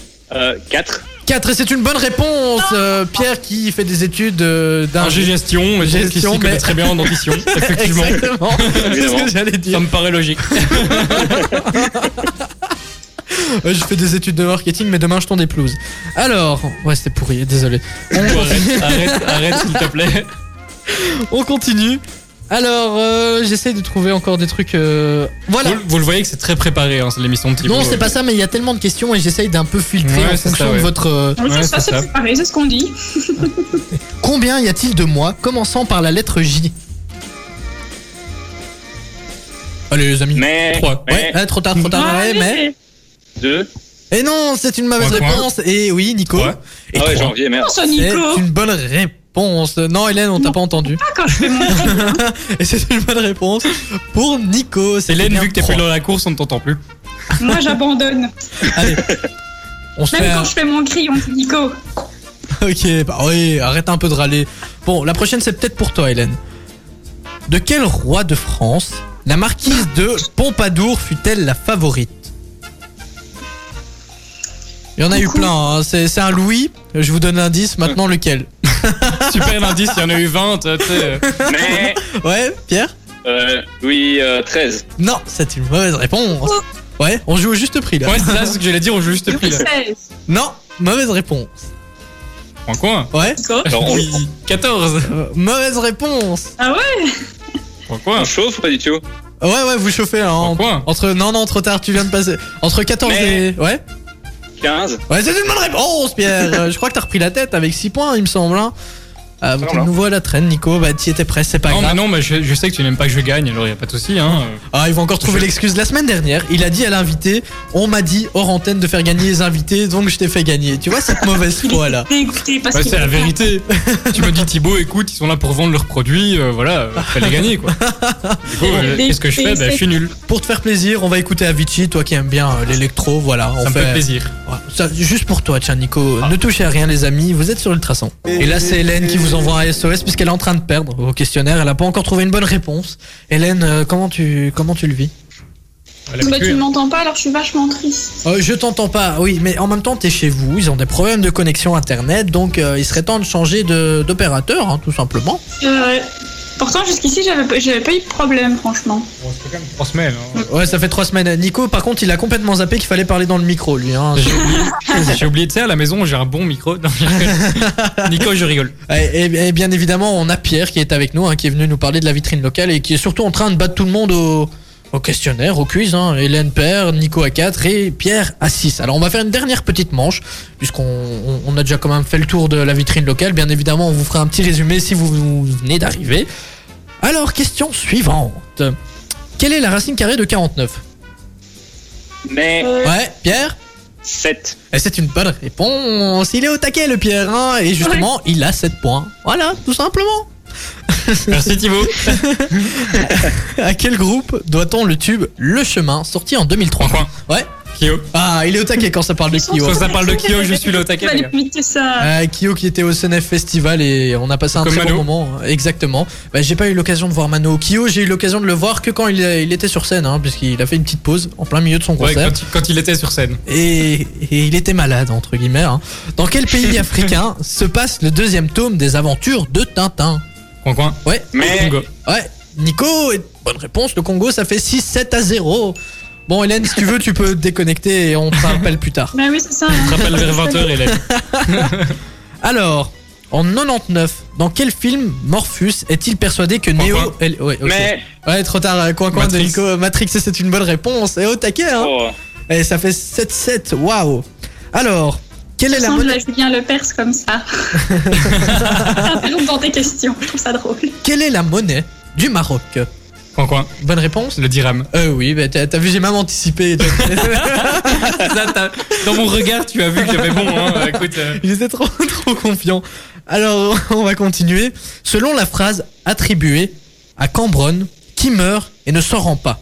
4. 4 et c'est une bonne réponse. Euh, Pierre qui fait des études euh, Un d'ingé- gestion, et donc qui Gestion, s'y connaît mais- très bien en dentition, Ah, effectivement. Exactement. C'est ce Évidemment. que j'allais dire. Ça me paraît logique. Euh, Je fais des études de marketing, mais demain je tombe des pelouses. Alors, ouais, c'était pourri, désolé. arrête, arrête, arrête, s'il te plaît. On continue. Alors, euh, j'essaye de trouver encore des trucs. euh, Voilà. Vous, vous le voyez que c'est très préparé, hein, c'est l'émission de Thibaut. Non, c'est pas ça, mais il y a tellement de questions et j'essaye d'un peu filtrer Ouais, en c'est fonction ça, ouais. de votre. euh, Oui, Ouais, c'est ça, c'est c'est ça. préparé, c'est ce qu'on dit. Combien y a-t-il de mois commençant par la lettre J Allez, les amis. Mais, Trois. mais, Ouais, hein, trop tard, trop tard, Ah, ouais, allez. mais. deux. Et Eh non, c'est une mauvaise Trois points. réponse. Et oui, Nico. Ouais. Et Ah ouais, trois. janvier, merde. Non, ça, C'est Nico. une bonne réponse. Non, Hélène, on t'a Non. pas entendu. Ah, quand je fais mon Et c'est une bonne réponse pour Nico. C'était Hélène, bien vu que t'es trois. plus dans la course, on ne t'entend plus. moi, j'abandonne. Allez. On se fait Même un- quand je fais mon cri, on dit Nico. Ok, bah oui, arrête un peu de râler. Bon, la prochaine c'est peut-être pour toi, Hélène. De quel roi de France la marquise de Pompadour fut-elle la favorite Il y en a eu Coucou. plein, hein. c'est c'est un Louis, je vous donne l'indice, maintenant lequel Super indice, il y en a eu 20, euh, tu sais. Mais, Ouais, Pierre euh, Louis euh, 13. Non, c'est une mauvaise réponse. Ouais, on joue au juste prix là. Ouais, c'est ça ce que j'allais dire au juste prix Louis là. XVI. Non, mauvaise réponse. En coin Ouais, Nico. Alors, on, Oui, 14. euh, mauvaise réponse. Ah ouais En coin on chauffe ou pas du tout Ouais, ouais, vous chauffez là. En en- coin Entre, non, non, trop tard, tu viens de passer. Entre 14 Mais- et. Ouais 15 Ouais, c'est une bonne réponse, Pierre. Euh, je crois que t'as repris la tête avec 6 points, il me semble. Hein. Ah, vous êtes de Voilà. nouveau à la traîne, Nico. Bah, t'y étais prêt, c'est pas Non, mais grave. non, mais je, je sais que tu n'aimes pas que je gagne, alors il a pas de souci. Hein. Ah, ils vont encore trouver Je- l'excuse. La semaine dernière, il a dit à l'invité On m'a dit hors antenne de faire gagner les invités, donc je t'ai fait gagner. Tu vois cette mauvaise foi là Dégoûté parce Bah, qu'il c'est a la pas- vérité. tu me dis Thibaut, écoute, ils sont là pour vendre leurs produits, euh, voilà, euh, fallait gagner quoi. Du coup, euh, qu'est-ce que je fais Bah, je suis nul. Pour te faire plaisir, on va écouter Avicii, toi qui aimes bien euh, l'électro. Voilà, on Ça me fait. Ah. fait plaisir. Ouais, ça, juste pour toi, tiens, Nico. Ne touchez à rien, les amis. Vous êtes sur Ultrason. Et là, c'est Hélène qui vous envoie un SOS puisqu'elle est en train de perdre au questionnaire. Elle a pas encore trouvé une bonne réponse. Hélène, euh, comment tu, comment tu le vis Elle a Bah, tu pu, ne hein. m'entends pas, alors je suis vachement triste. Euh, je t'entends pas, oui, mais en même temps, t'es chez vous, ils ont des problèmes de connexion internet, donc euh, il serait temps de changer de- d'opérateur, hein, tout simplement. Euh, pourtant, jusqu'ici, j'avais pas- j'avais pas eu de problème, franchement. Bon, ça fait quand même trois semaines. hein. Ouais, ça fait trois semaines. Nico, par contre, il a complètement zappé qu'il fallait parler dans le micro, lui. Hein. J'ai oublié, j'ai oublié, tu sais, à la maison, j'ai un bon micro. Non, je rigole. Nico, je rigole. Et, et- et bien évidemment, on a Pierre qui est avec nous, hein, qui est venu nous parler de la vitrine locale et qui est surtout en train de battre tout le monde au, au questionnaire, au quiz. hein. Hélène perd, Nico à 4 et Pierre à 6. Alors on va faire une dernière petite manche, puisqu'on on- on a déjà quand même fait le tour de la vitrine locale. Bien évidemment, on vous fera un petit résumé si vous, vous venez d'arriver. Alors, question suivante. Quelle est la racine carrée de 49 Mais, Euh, Ouais, Pierre 7. Et c'est une bonne réponse. Il est au taquet, le Pierre. hein. et justement, il a 7 points. Voilà, tout simplement. Merci Thibaut. À quel groupe doit-on le tube Le Chemin, sorti en En 2003 coin. Ouais. Kyo. Ah, il est au taquet quand ça parle de ils sont Kyo. Quand ça trop parle de fatigués, Kyo, je les suis là au mecs, taquet, il fallait les gars. plus vite que ça. Euh, Kyo qui était au Senef Festival et on a passé un Comme très bon Mano. moment. Exactement. Bah, j'ai pas eu l'occasion de voir Mano. Kyo, j'ai eu l'occasion de le voir que quand il, il était sur scène, hein, puisqu'il a fait une petite pause en plein milieu de son Ouais, concert. quand, il- quand il était sur scène. et, et il était malade, entre guillemets. hein. Dans quel pays africain se passe le deuxième tome des aventures de Tintin Coin coin. Ouais, Mais, Congo. Ouais, Nico, et- bonne réponse. Le Congo, ça fait 6-7 à 0. Bon, Hélène, si tu veux, tu peux te déconnecter et on te rappelle plus tard. Bah oui, c'est ça. Je hein. te rappelle vers 20h, Hélène. Alors, en 99, dans quel film Morpheus est-il persuadé que Coin, Neo. coin. Elle- Ouais, ok. mais, Ouais, trop tard, euh, coin coin de Matrix. Nico. Matrix, c'est une bonne réponse. Et au taquet, hein. oh, Et ça fait 7-7, waouh. Alors, quelle est Il la ressemble monnaie, à Julien Lepers comme ça. Interromps dans tes questions, je trouve ça drôle. quelle est la monnaie du Maroc Coin coin. Bonne réponse Le dirham. Euh, oui, bah, t'as t'as vu, j'ai même anticipé. Ça, t'as- dans mon regard, tu as vu que j'avais bon. Hein. Euh, Écoute, euh, Il était trop, trop confiant. Alors, on va continuer. Selon la phrase attribuée à Cambronne, qui meurt et ne s'en rend pas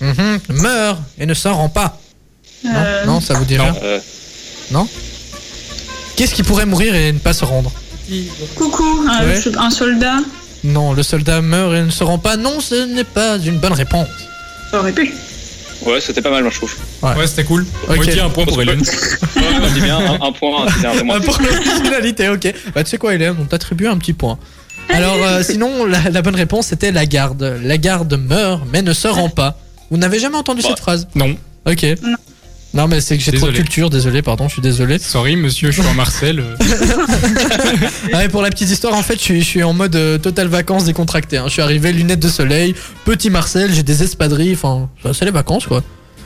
Mhm, Meurt et ne s'en rend pas. Non, Euh, non, ça vous dit non. rien. euh, Qu'est-ce qui pourrait mourir et ne pas se rendre Coucou, un, Ouais. un soldat. Non, le soldat meurt et ne se rend pas. Non, ce n'est pas une bonne réponse. J'aurais pu. Ouais, c'était pas mal, moi, je trouve. Ouais, c'était cool. Ok. Moitié un point pour Hélène. Ouais, on dit bien, un, un point, c'était un peu moins. Ah, pour l'originalité, ok. Bah, tu sais quoi, Hélène, on t'attribue un petit point. Alors, euh, sinon, la, la bonne réponse était la garde. La garde meurt, mais ne se rend pas. Vous n'avez jamais entendu Bah. cette phrase Non. Ok. Non. Non, mais c'est que j'ai trop de Désolé. culture, désolé, pardon, je suis désolé. Sorry, monsieur, je suis en Marcel. euh, Ah ouais, pour la petite histoire, en fait, je suis, je suis en mode euh, total vacances décontracté. hein. Je suis arrivé, lunettes de soleil, petit Marcel, j'ai des espadrilles, enfin, ça, c'est les vacances quoi.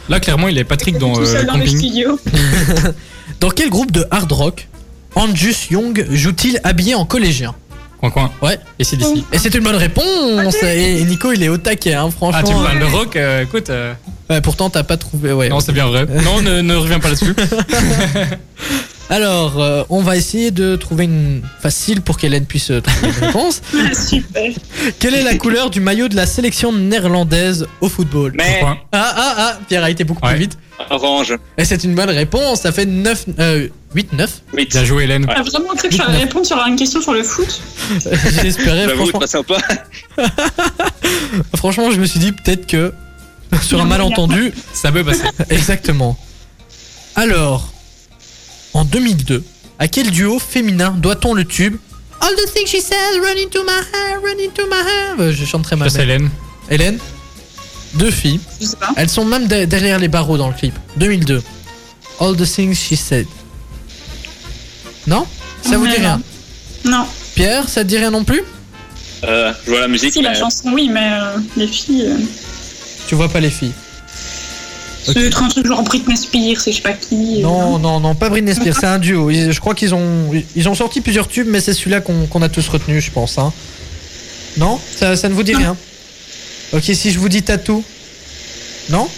Là, clairement, il est Patrick dans tout euh, seul le dans le camping. studio. Dans quel groupe de hard rock Anjus Young joue-t-il habillé en collégien Coin, coin. Ouais. Et c'est d'ici. Et c'est une bonne réponse Et Nico, il est au taquet, hein, Ah, tu franchement. me parles de rock euh, Écoute, euh, Ouais, pourtant, t'as pas trouvé. Eh, Ouais. non, c'est bien vrai. Non, ne, ne reviens pas là-dessus. Alors, euh, on va essayer de trouver une facile pour qu'Hélène puisse euh, trouver une réponse. Ah, Super. Quelle est la couleur du maillot de la sélection néerlandaise au football Coin, Mais, coin. Ah, ah, ah Pierre a été beaucoup Ouais. plus vite. orange, Et c'est une bonne réponse, ça fait 9, euh, 8, 9. oui. Bien joué, Hélène. T'as Ah, vraiment cru que je allais répondre sur une question sur le foot J'espérais, J'avoue, franchement, pas sympa. franchement, je me suis dit peut-être que sur un malentendu, Ça peut passer. exactement. Alors, en 2002, à quel duo féminin doit-on le tube All the things she says, run into my hair, run into my hair. Euh, Je chante très mal. Je sais, Hélène. mais- Hélène Deux filles. Je sais pas. Elles sont même de- derrière les barreaux dans le clip. 2002. All the things she said. Non Ça vous dit Ouais, rien non. Non. Pierre, ça te dit rien non plus Euh, je vois la musique, Si, la mais- chanson, oui, mais euh, les filles. euh, Tu vois pas les filles C'est être un truc genre Britney Spears et je sais pas qui. euh, Non, non, non, pas Britney Spears, c'est un duo. Ils- je crois qu'ils ont, ils ont sorti plusieurs tubes, mais c'est celui-là qu'on qu'on a tous retenu, je pense. hein. Non ça, ça ne vous dit rien Ok, si je vous dis tatou Non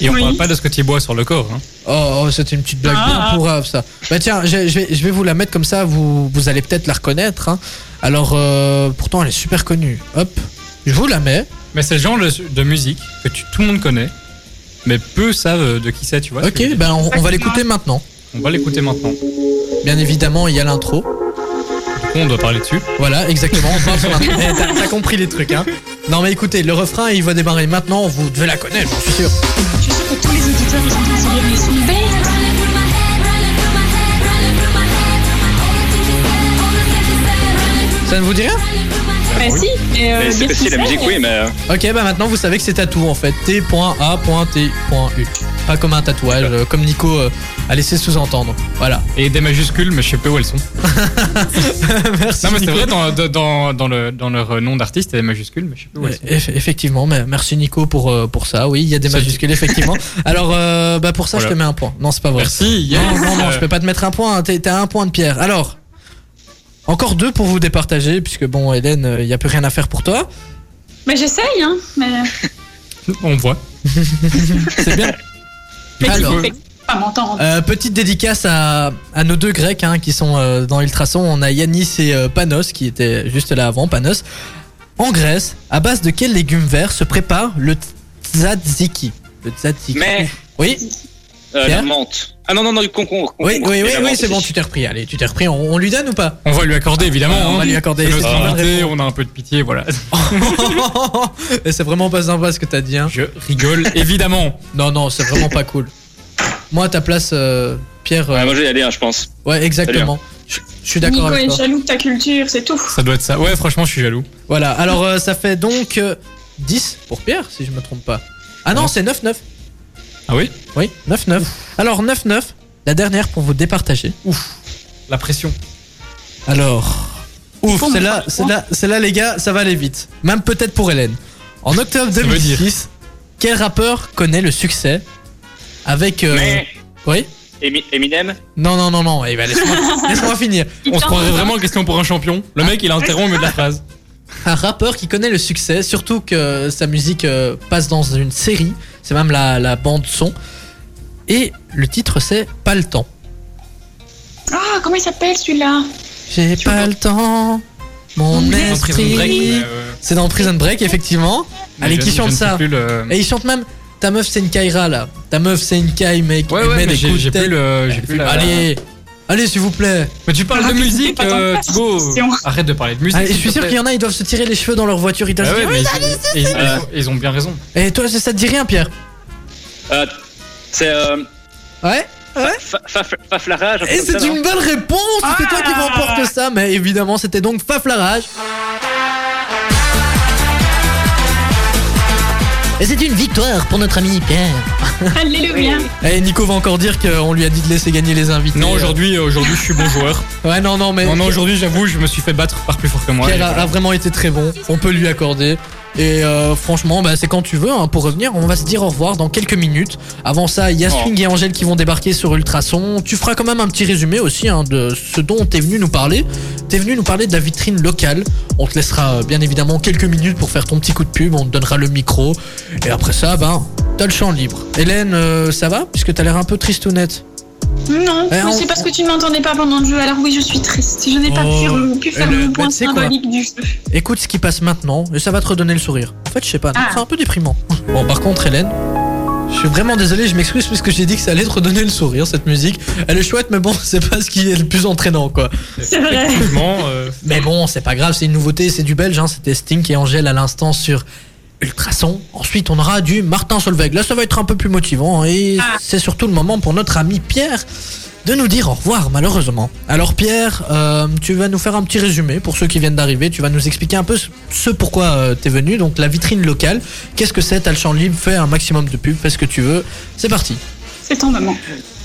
Et on Oui. parle pas de ce que tu bois sur le corps. hein. Oh, oh, c'était une petite blague Ah, bien ah. pourrave, ça. Bah tiens, je, je vais, je vais vous la mettre comme ça, vous, vous allez peut-être la reconnaître. hein. Alors, euh, pourtant, elle est super connue. Hop, je vous la mets. Mais c'est le genre de, de musique que tu- tout le monde connaît, mais peu savent euh, de qui c'est, tu vois. ok, bah. C'est- ben on, on va l'écouter maintenant. On va l'écouter maintenant. Du Bien évidemment, il y a l'intro. coup, on doit parler dessus. Voilà, exactement. on parle sur l'intro. Eh, T'as t'as compris les trucs, hein. Non, mais écoutez, le refrain, il va démarrer maintenant. Vous devez la connaître, j'en suis sûr. Je suis sûre que tous les auditeurs qui sont en train de se dire, mais ils sont bêtes. Ça ne vous dit rien Bah si, mais euh, mais c'est Britney aussi la Spears, musique, oui, mais euh, Ok, bah maintenant, vous savez que c'est tatou, en fait. T.A.T.U. Pas comme un tatouage, euh, comme Nico euh, a laissé sous-entendre. Voilà. Et des majuscules, mais je sais pas où elles sont. Merci. Non, mais c'est Nico. vrai, dans, dans, dans, le, dans leur euh, nom d'artiste, il y a des majuscules, mais je sais pas où elles Ouais, sont. eff- effectivement, mais merci Nico pour, euh, pour ça. Oui, il y a des Ça majuscules, effectivement. Alors, euh, bah pour ça, je Voilà. te mets un point. Non, c'est pas vrai. Merci, yes. Non, non, non, je peux pas te mettre un point. hein. T'es t'es à un point de pierre. Alors, encore deux pour vous départager, puisque bon, Hélène, euh, il n'y a plus rien à faire pour toi. Mais j'essaye, hein. Mais, On voit. C'est bien. mais Alors. tu peux pas m'entendre. Euh, petite dédicace à, à nos deux Grecs hein, qui sont euh, dans Ultrason. On a Yanis et euh, Panos qui étaient juste là avant. Panos. En Grèce, à base de quels légumes verts se prépare le tzatziki Le tzatziki. Mais- Oui. euh, Pierre la menthe. Ah non, non, non, du concombre. Oui, concombre. oui, Et oui, la oui menthe c'est bon, aussi. tu t'es repris. Allez, tu t'es repris. On, on lui donne ou pas On va lui accorder, évidemment. Ah, On hein. va lui accorder, C'est c'est une notre bonne invité, réponse. on a un peu de pitié, voilà. Et C'est vraiment pas sympa ce que t'as dit. Hein. Je rigole, évidemment. Non, non, c'est vraiment pas cool. Moi, à ta place, euh, Pierre. euh, Ouais, moi, je vais y aller, hein, je pense. ouais, exactement. Je je suis d'accord Nico avec est toi. jaloux de ta culture, c'est tout. Ça doit être ça. Ouais, franchement, je suis jaloux. Voilà, alors euh, ça fait donc euh, 10 pour Pierre, si je me trompe pas. Ah non, Ouais. c'est 9-9. Ah oui Oui, 9-9. Alors, 9-9, la dernière pour vous départager. La pression. Alors. Ouf, Comment c'est là, ça c'est là, c'est là, les gars, ça va aller vite. Même peut-être pour Hélène. En octobre veut dire. 2006, quel rappeur connaît le succès avec. euh, Mais, Oui Emi- Eminem Non, non, non, non. Eh ben, laisse-moi laisse-moi finir. On se croirait Putain. vraiment en question pour un champion. Le mec, il interrompt au milieu de la phrase. Un rappeur qui connaît le succès, surtout que sa musique euh, passe dans une série. C'est même la, la bande-son. Et le titre, c'est Pas le temps. Ah, comment il s'appelle celui-là J'ai Tu pas vois. le temps. Mon Dans En prison break, esprit. mais, euh, C'est dans Prison Break, effectivement. mais Allez, je- qui je chante ne sais ça plus le- Et ils chantent même Ta meuf c'est une Kaira là. Ta meuf c'est une Kai mec. Ouais, Elle met ouais, mais des j'ai coups de j'ai tête. plus le. j'ai Elle plus fait, la- Allez, Ah, allez s'il vous plaît. Mais tu parles de Rapide, musique, pas tant euh, que ça, Thibaut. cette question. Arrête de parler de musique. Allez, je s'il suis te sûr plaît. qu'il y en a ils doivent se tirer les cheveux dans leur voiture. Ils doivent Bah se ouais, dire, mais ils- ils- ils- ils ont bien raison. Et toi ça ça te dit rien Pierre Euh, c'est euh, Ouais Ouais fa- fa- fa- Faflarage. un truc Et comme Eh, c'est ça, non une bonne réponse C'est toi qui Ah remporte ça, mais évidemment, c'était donc Faflarage. Et c'est une victoire pour notre ami Pierre. Alléluia. Et Eh, Nico va encore dire qu'on lui a dit de laisser gagner les invités. Non, aujourd'hui, euh, aujourd'hui, je suis bon joueur. Ouais, non, non, mais Non, non, aujourd'hui, j'avoue, je me suis fait battre par plus fort que moi. Pierre Et a, a voilà. vraiment été très bon. On peut lui accorder. Et euh, franchement, bah, c'est quand tu veux. hein. Pour revenir, on va se dire au revoir dans quelques minutes. Avant ça, il y a Oh. Swing et Angèle qui vont débarquer sur Ultrason. Tu feras quand même un petit résumé aussi hein, de ce dont t'es venu nous parler. T'es venu nous parler de la vitrine locale. On te laissera euh, bien évidemment quelques minutes pour faire ton petit coup de pub. On te donnera le micro. Et après ça, ben, t'as le champ libre. Hélène, euh, ça va Puisque t'as l'air un peu tristounette. Non, Eh, mais on- c'est parce que tu ne m'entendais pas pendant le jeu, alors oui, je suis triste. Je n'ai pas Oh, pu, re- pu faire elle, mon bah, point tu sais quoi symbolique du jeu. Écoute ce qui passe maintenant et ça va te redonner le sourire. En fait, je sais pas, non, Ah. c'est un peu déprimant. Bon, par contre, Hélène, je suis vraiment désolé, je m'excuse parce que j'ai dit que ça allait te redonner le sourire, cette musique. Elle est chouette, mais bon, c'est pas ce qui est le plus entraînant, quoi. C'est vrai. Effectivement, euh, Mais bon, c'est pas grave, c'est une nouveauté, c'est du belge, hein. C'était Stink et Angèle à l'instant sur Ultrason. Ensuite, on aura du Martin Solveig. Là, ça va être un peu plus motivant hein, et Ah. c'est surtout le moment pour notre ami Pierre de nous dire au revoir, malheureusement. Alors, Pierre, euh, tu vas nous faire un petit résumé pour ceux qui viennent d'arriver. Tu vas nous expliquer un peu ce- ce pourquoi euh, t'es venu, donc la vitrine locale. Qu'est-ce que c'est T'as le champ libre, fais un maximum de pub, fais ce que tu veux. C'est parti. C'est ton moment.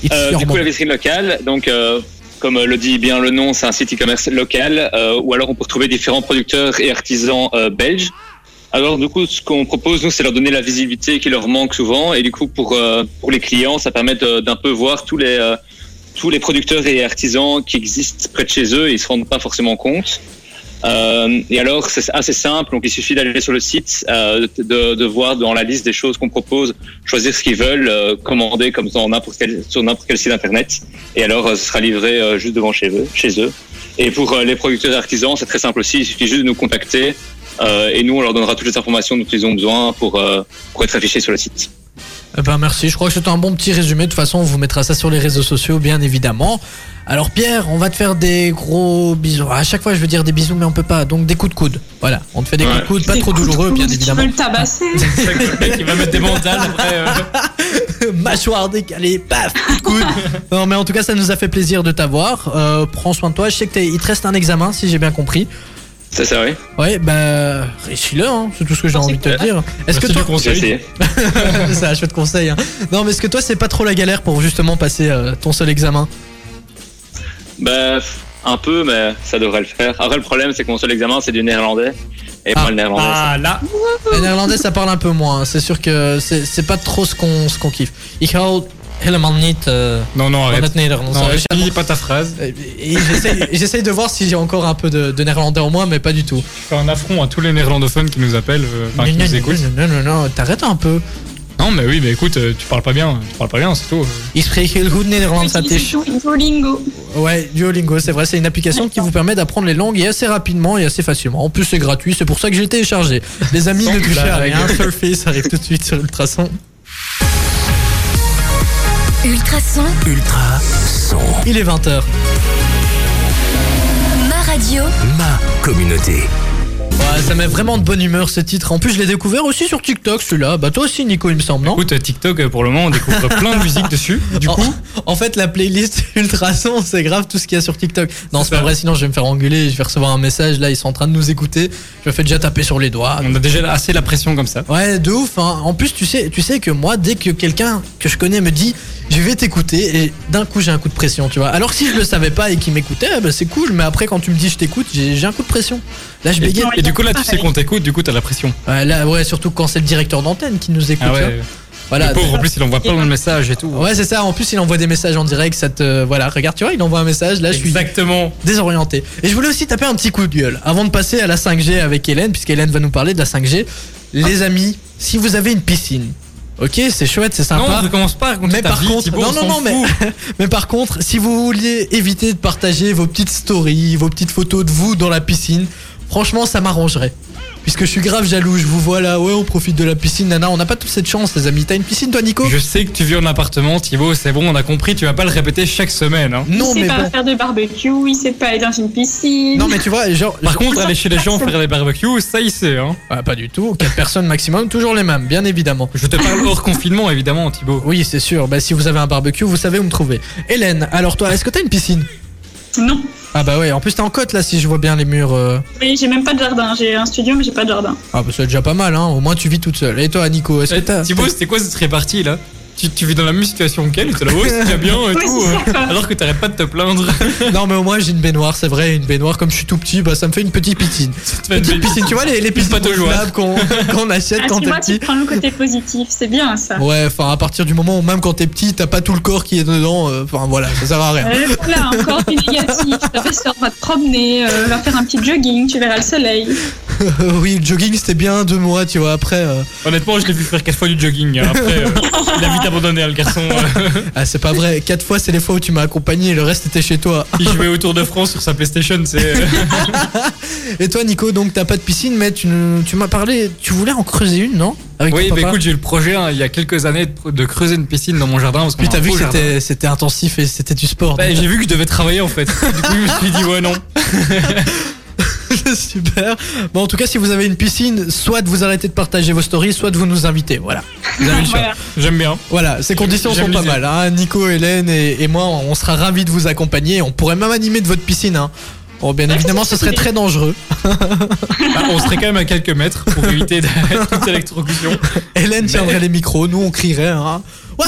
It's Euh, your du coup, moment. la vitrine locale, donc, euh, comme euh, le dit bien le nom, c'est un site e-commerce local euh, où alors on peut retrouver différents producteurs et artisans euh, belges. Alors, du coup, ce qu'on propose, nous, c'est leur donner la visibilité qui leur manque souvent. Et du coup, pour, euh, pour les clients, ça permet de- d'un peu voir tous les, euh, tous les producteurs et artisans qui existent près de chez eux et ils se rendent pas forcément compte. Euh, et alors, c'est assez simple. Donc, il suffit d'aller sur le site, euh, de, de voir dans la liste des choses qu'on propose choisir ce qu'ils veulent, euh, commander comme dans n'importe quel, sur n'importe quel site internet. Et alors, euh, ce sera livré euh, juste devant chez eux. Chez eux. Et pour euh, les producteurs et artisans, c'est très simple aussi. Il suffit juste de nous contacter euh, et nous, on leur donnera toutes les informations dont ils ont besoin pour, euh, pour être affichés sur le site. Eh ben merci, je crois que c'était un bon petit résumé. De toute façon, on vous mettra ça sur les réseaux sociaux, bien évidemment. Alors Pierre, on va te faire des gros bisous. Ah, À chaque fois, je veux dire des bisous, mais on peut pas. Donc des coups de coude. Voilà, on te fait des Ouais. coups de coude, pas Des trop coups de douloureux, coude, bien Tu évidemment. veux le tabasser le mec, il va mettre des bandages après. euh, Mâchoire décalée, paf, coup de coude. non, mais en tout cas, ça nous a fait plaisir de t'avoir. Euh, prends soin de toi. Je sais que t'es- il te reste un examen, si j'ai bien compris. C'est ça, oui Ouais, bah réussis-le. hein, C'est tout ce que j'ai Merci, envie de te dire. Bah, Est-ce que merci toi, du J'ai conseil. essayé. ça, je te conseille. hein. Non, mais est-ce que toi, c'est pas trop la galère pour justement passer euh, ton seul examen Bah, un peu, mais ça devrait le faire. Après, le problème, c'est que mon seul examen, c'est du néerlandais. Et Ah. moi, le néerlandais, Ah là, Les néerlandais, ça parle un peu moins. hein. C'est sûr que c'est c'est pas trop ce qu'on ce qu'on kiffe. Ik hou helemaal niet eh, non, non, van arrête. het Nederlands. Eh, Non, Euh, finis pas ta phrase. et j'essaye- J'essaye de voir si j'ai encore un peu de, de néerlandais en moi, mais pas du tout. Je fais un affront à tous les néerlandophones qui nous appellent, euh, enfin, Non, qui non, nous écoutent. non, non, non, t'arrêtes un peu. Non, mais oui, mais écoute, euh, tu parles pas bien, tu parles pas bien, c'est tout. Il spreekt heel goed Nederlands, ça Utilise t'éche- tout Duolingo. Ouais, Duolingo, c'est vrai, c'est une application qui vous permet d'apprendre les langues et assez rapidement et assez facilement. En plus, c'est gratuit, c'est pour ça que j'ai téléchargé. Les amis, Sans ne touchez à blague. rien. Surface arrive tout de suite sur Ultrason. Ultrason, Ultra son Il est 20h. ma radio, ma communauté. Ouais, ça met vraiment de bonne humeur ce titre. En plus, je l'ai découvert aussi sur TikTok, celui-là. Bah, toi aussi, Nico, il me semble, non Écoute, euh, TikTok, euh, pour le moment, on découvre plein de musique dessus. Du En- coup, en, fait, la playlist Ultrason, c'est grave tout ce qu'il y a sur TikTok. Non, c'est pas vrai, sinon je vais me faire engueuler, je vais recevoir un message. Là, ils sont en train de nous écouter. Je me fais déjà taper sur les doigts. on a déjà assez la pression comme ça. Ouais, de ouf. hein. En plus, tu sais, tu sais que moi, dès que quelqu'un que je connais me dit, je vais t'écouter, et d'un coup, j'ai un coup de pression, tu vois. Alors que si je le savais pas et qu'il m'écoutait, bah, c'est cool. Mais après, quand tu me dis, je t'écoute, j'ai j'ai un coup de pression. Là, je Et, bégaye. et du coup, là, tu Pareil. sais qu'on t'écoute, du coup, t'as la pression. Ouais, là, ouais, surtout quand c'est le directeur d'antenne qui nous écoute. Ah tu vois. ouais. Voilà. le pauvre, en plus, il envoie plein de messages et tout. Ouais, c'est ça. En plus, il envoie des messages en direct. Ça te... Voilà, regarde, tu vois, il envoie un message. Là, je suis Exactement. désorienté. Et je voulais aussi taper un petit coup de gueule avant de passer à la 5G avec Hélène, puisqu'Hélène va nous parler de la 5G. Les Ah. amis, si vous avez une piscine, ok, c'est chouette, c'est Non, sympa. on ne commence pas à raconter mais ta par vie, contre, Thibaut, non, on non, s'en non, mais- fout. Mais par contre, si vous vouliez éviter de partager vos petites stories, vos petites photos de vous dans la piscine, franchement, ça m'arrangerait. puisque je suis grave jaloux. Je vous vois là, ouais, on profite de la piscine, nana. On n'a pas toute cette chance, les amis. T'as une piscine, toi, Nico Je sais que tu vis en appartement, Thibaut, c'est bon, on a compris, tu vas pas le répéter chaque semaine. hein. Non, il sait mais pas bon. faire de barbecue, il sait pas aller dans une piscine. Non, mais tu vois, genre, Par contre, aller chez les gens faire des barbecues, ça il sait. Hein. Ah, pas du tout. Quatre personnes maximum, toujours les mêmes, bien évidemment. Je te parle hors confinement, évidemment, Thibaut. Oui, c'est sûr. Bah, si vous avez un barbecue, vous savez où me trouver. Hélène, alors toi, est-ce que t'as une piscine Non. Ah bah ouais, en plus t'es en côte là, si je vois bien les murs. euh. Oui, j'ai même pas de jardin. J'ai un studio, mais j'ai pas de jardin. Ah bah c'est déjà pas mal, hein. Au moins tu vis toute seule. Et toi, Nico, est-ce que Eh, t'as Thibaut, c'était quoi cette répartie là tu, tu vis dans la même situation qu'elle, t'es là, ouais, c'est déjà bien Ouais, et tout. c'est ça. euh, Alors que t'arrêtes pas de te plaindre. Non, mais au moins j'ai une baignoire, c'est vrai, une baignoire. Comme je suis tout petit, bah ça me fait une petite piscine. Une Petite piscine, tu vois les, les piscines pâte aux hein. joies. gonflables qu'on qu'on achète Ah, quand tu t'es vois, tu petit. prends le côté positif. C'est bien ça. Ouais, enfin à partir du moment où même quand t'es petit, t'as pas tout le corps qui est dedans. euh, Enfin voilà, ça sert à rien. Euh, voilà, encore du négatif. Ta sœur va te promener, euh, va faire un petit jogging, tu verras le soleil. oui, le jogging c'était bien deux mois, tu vois. Après, euh, Honnêtement, je l'ai vu faire 4 fois du jogging. hein. Après, euh, il a vite abandonné, hein, le garçon. euh. ah c'est pas vrai. Quatre fois, c'est les fois où tu m'as accompagné, le reste était chez toi. il jouait au Tour de France sur sa PlayStation. C'est. euh, Et toi, Nico, donc t'as pas de piscine, mais tu, ne- tu m'as parlé, tu voulais en creuser une, non Avec Oui, ton bah papa écoute, j'ai eu le projet hein, il y a quelques années de, de creuser une piscine dans mon jardin. Parce Puis qu'on a t'as un vu beau que jardin. c'était- c'était intensif et c'était du sport. Bah, donc j'ai vu que je devais travailler en fait. Du coup, je me suis dit, ouais, non. Super. Bon, en tout cas, si vous avez une piscine, soit vous arrêtez de partager vos stories, soit vous nous invitez. Voilà. Vous avez le choix. Voilà. J'aime bien. Voilà, ces conditions J'aime sont pas l'idée. mal. hein. Nico, Hélène et, et moi, on sera ravis de vous accompagner. On pourrait même animer de votre piscine. hein. Bon, bien Ouais, évidemment, Ah, c'est ce serait une très dangereux. Bah, on serait quand même à quelques mètres pour éviter de- toute électrocution. Bah. Hélène tiendrait les micros, nous on crierait. hein. Ouais,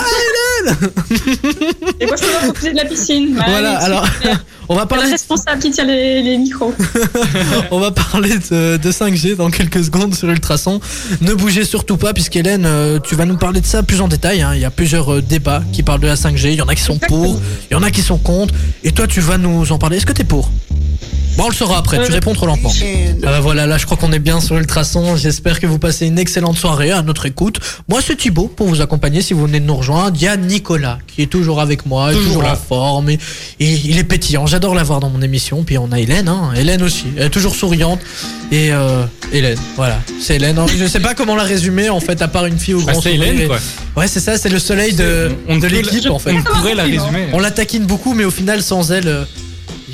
Et moi, je peux pas proposer de la piscine. Bah, voilà, allez, alors on va c'est le parler, responsable qui tient les, les micros. on va parler de, de 5G dans quelques secondes sur Ultrason. Ne bougez surtout pas, puisqu'Hélène, euh, tu vas nous parler de ça plus en détail. hein. Il y a plusieurs euh, débats qui parlent de la 5G. Il y en a qui sont pour, il y en a qui sont contre. Et toi, tu vas nous en parler. Est-ce que t'es pour Bon, on le saura après, tu Euh, réponds trop lentement. Ah bah voilà, là je crois qu'on est bien sur Ultrason. J'espère que vous passez une excellente soirée à notre écoute. Moi c'est Thibaut pour vous accompagner si vous venez de nous rejoindre. Il y a Nicolas qui est toujours avec moi, toujours, Toujours toujours là. en forme. Et, et il est pétillant, j'adore l'avoir dans mon émission. Puis on a Hélène, hein. Hélène aussi, elle est toujours souriante. Et euh, Hélène, voilà, c'est Hélène. Je sais pas comment la résumer en fait, à part une fille au Ah, grand c'est sourire. Hélène, quoi. Ouais, c'est ça, c'est le soleil de, on ne de peut la- l'équipe en fait. On pourrait la résumer. On la taquine beaucoup, mais au final sans elle, euh,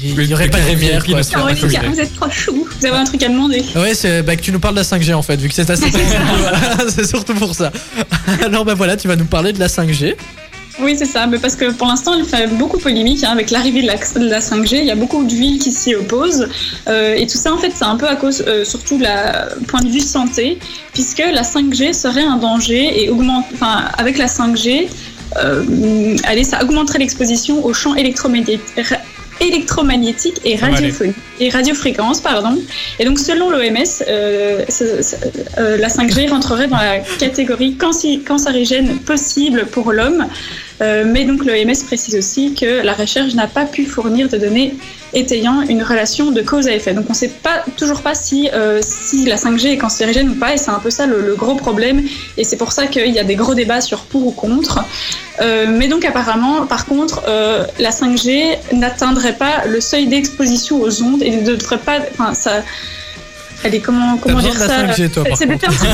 il Oui, n'y aurait le pas de carré lumière. VIP quoi. ne serait- Caroline, Absolument. vous êtes trop chou. Vous avez un truc à demander. Ouais, c'est bah, que tu nous parles de la 5G en fait, vu que c'est assez. Voilà, c'est surtout pour ça. Alors bah voilà, tu vas nous parler de la 5G. Oui, c'est ça. Mais parce que pour l'instant, il fait beaucoup polémique hein, avec l'arrivée de la, de la 5G. Il y a beaucoup de villes qui s'y opposent. Euh, et tout ça, en fait, c'est un peu à cause, euh, surtout, de la point de vue santé, puisque la 5G serait un danger et augmente. Enfin, avec la 5G, euh, allez, ça augmenterait l'exposition aux champs électromagné- ra- électromagnétiques et, Ça va aller. radiophonie- et radiofréquences. Pardon. Et donc, selon l'OMS, euh, ce- ce- euh, la 5G rentrerait dans la catégorie canci- cancérigène possible pour l'homme. Euh, mais donc l'OMS précise aussi que la recherche n'a pas pu fournir de données étayant une relation de cause à effet. Donc on ne sait pas, toujours pas si, euh, si la 5G est cancérigène ou pas, et c'est un peu ça le, le gros problème, et c'est pour ça qu'il y a des gros débats sur pour ou contre. Euh, mais donc apparemment, par contre, euh, la 5G n'atteindrait pas le seuil d'exposition aux ondes et ne devrait pas... Enfin, ça... Allez, comment, comment besoin dire de la ça 5G, toi, par C'est des termes très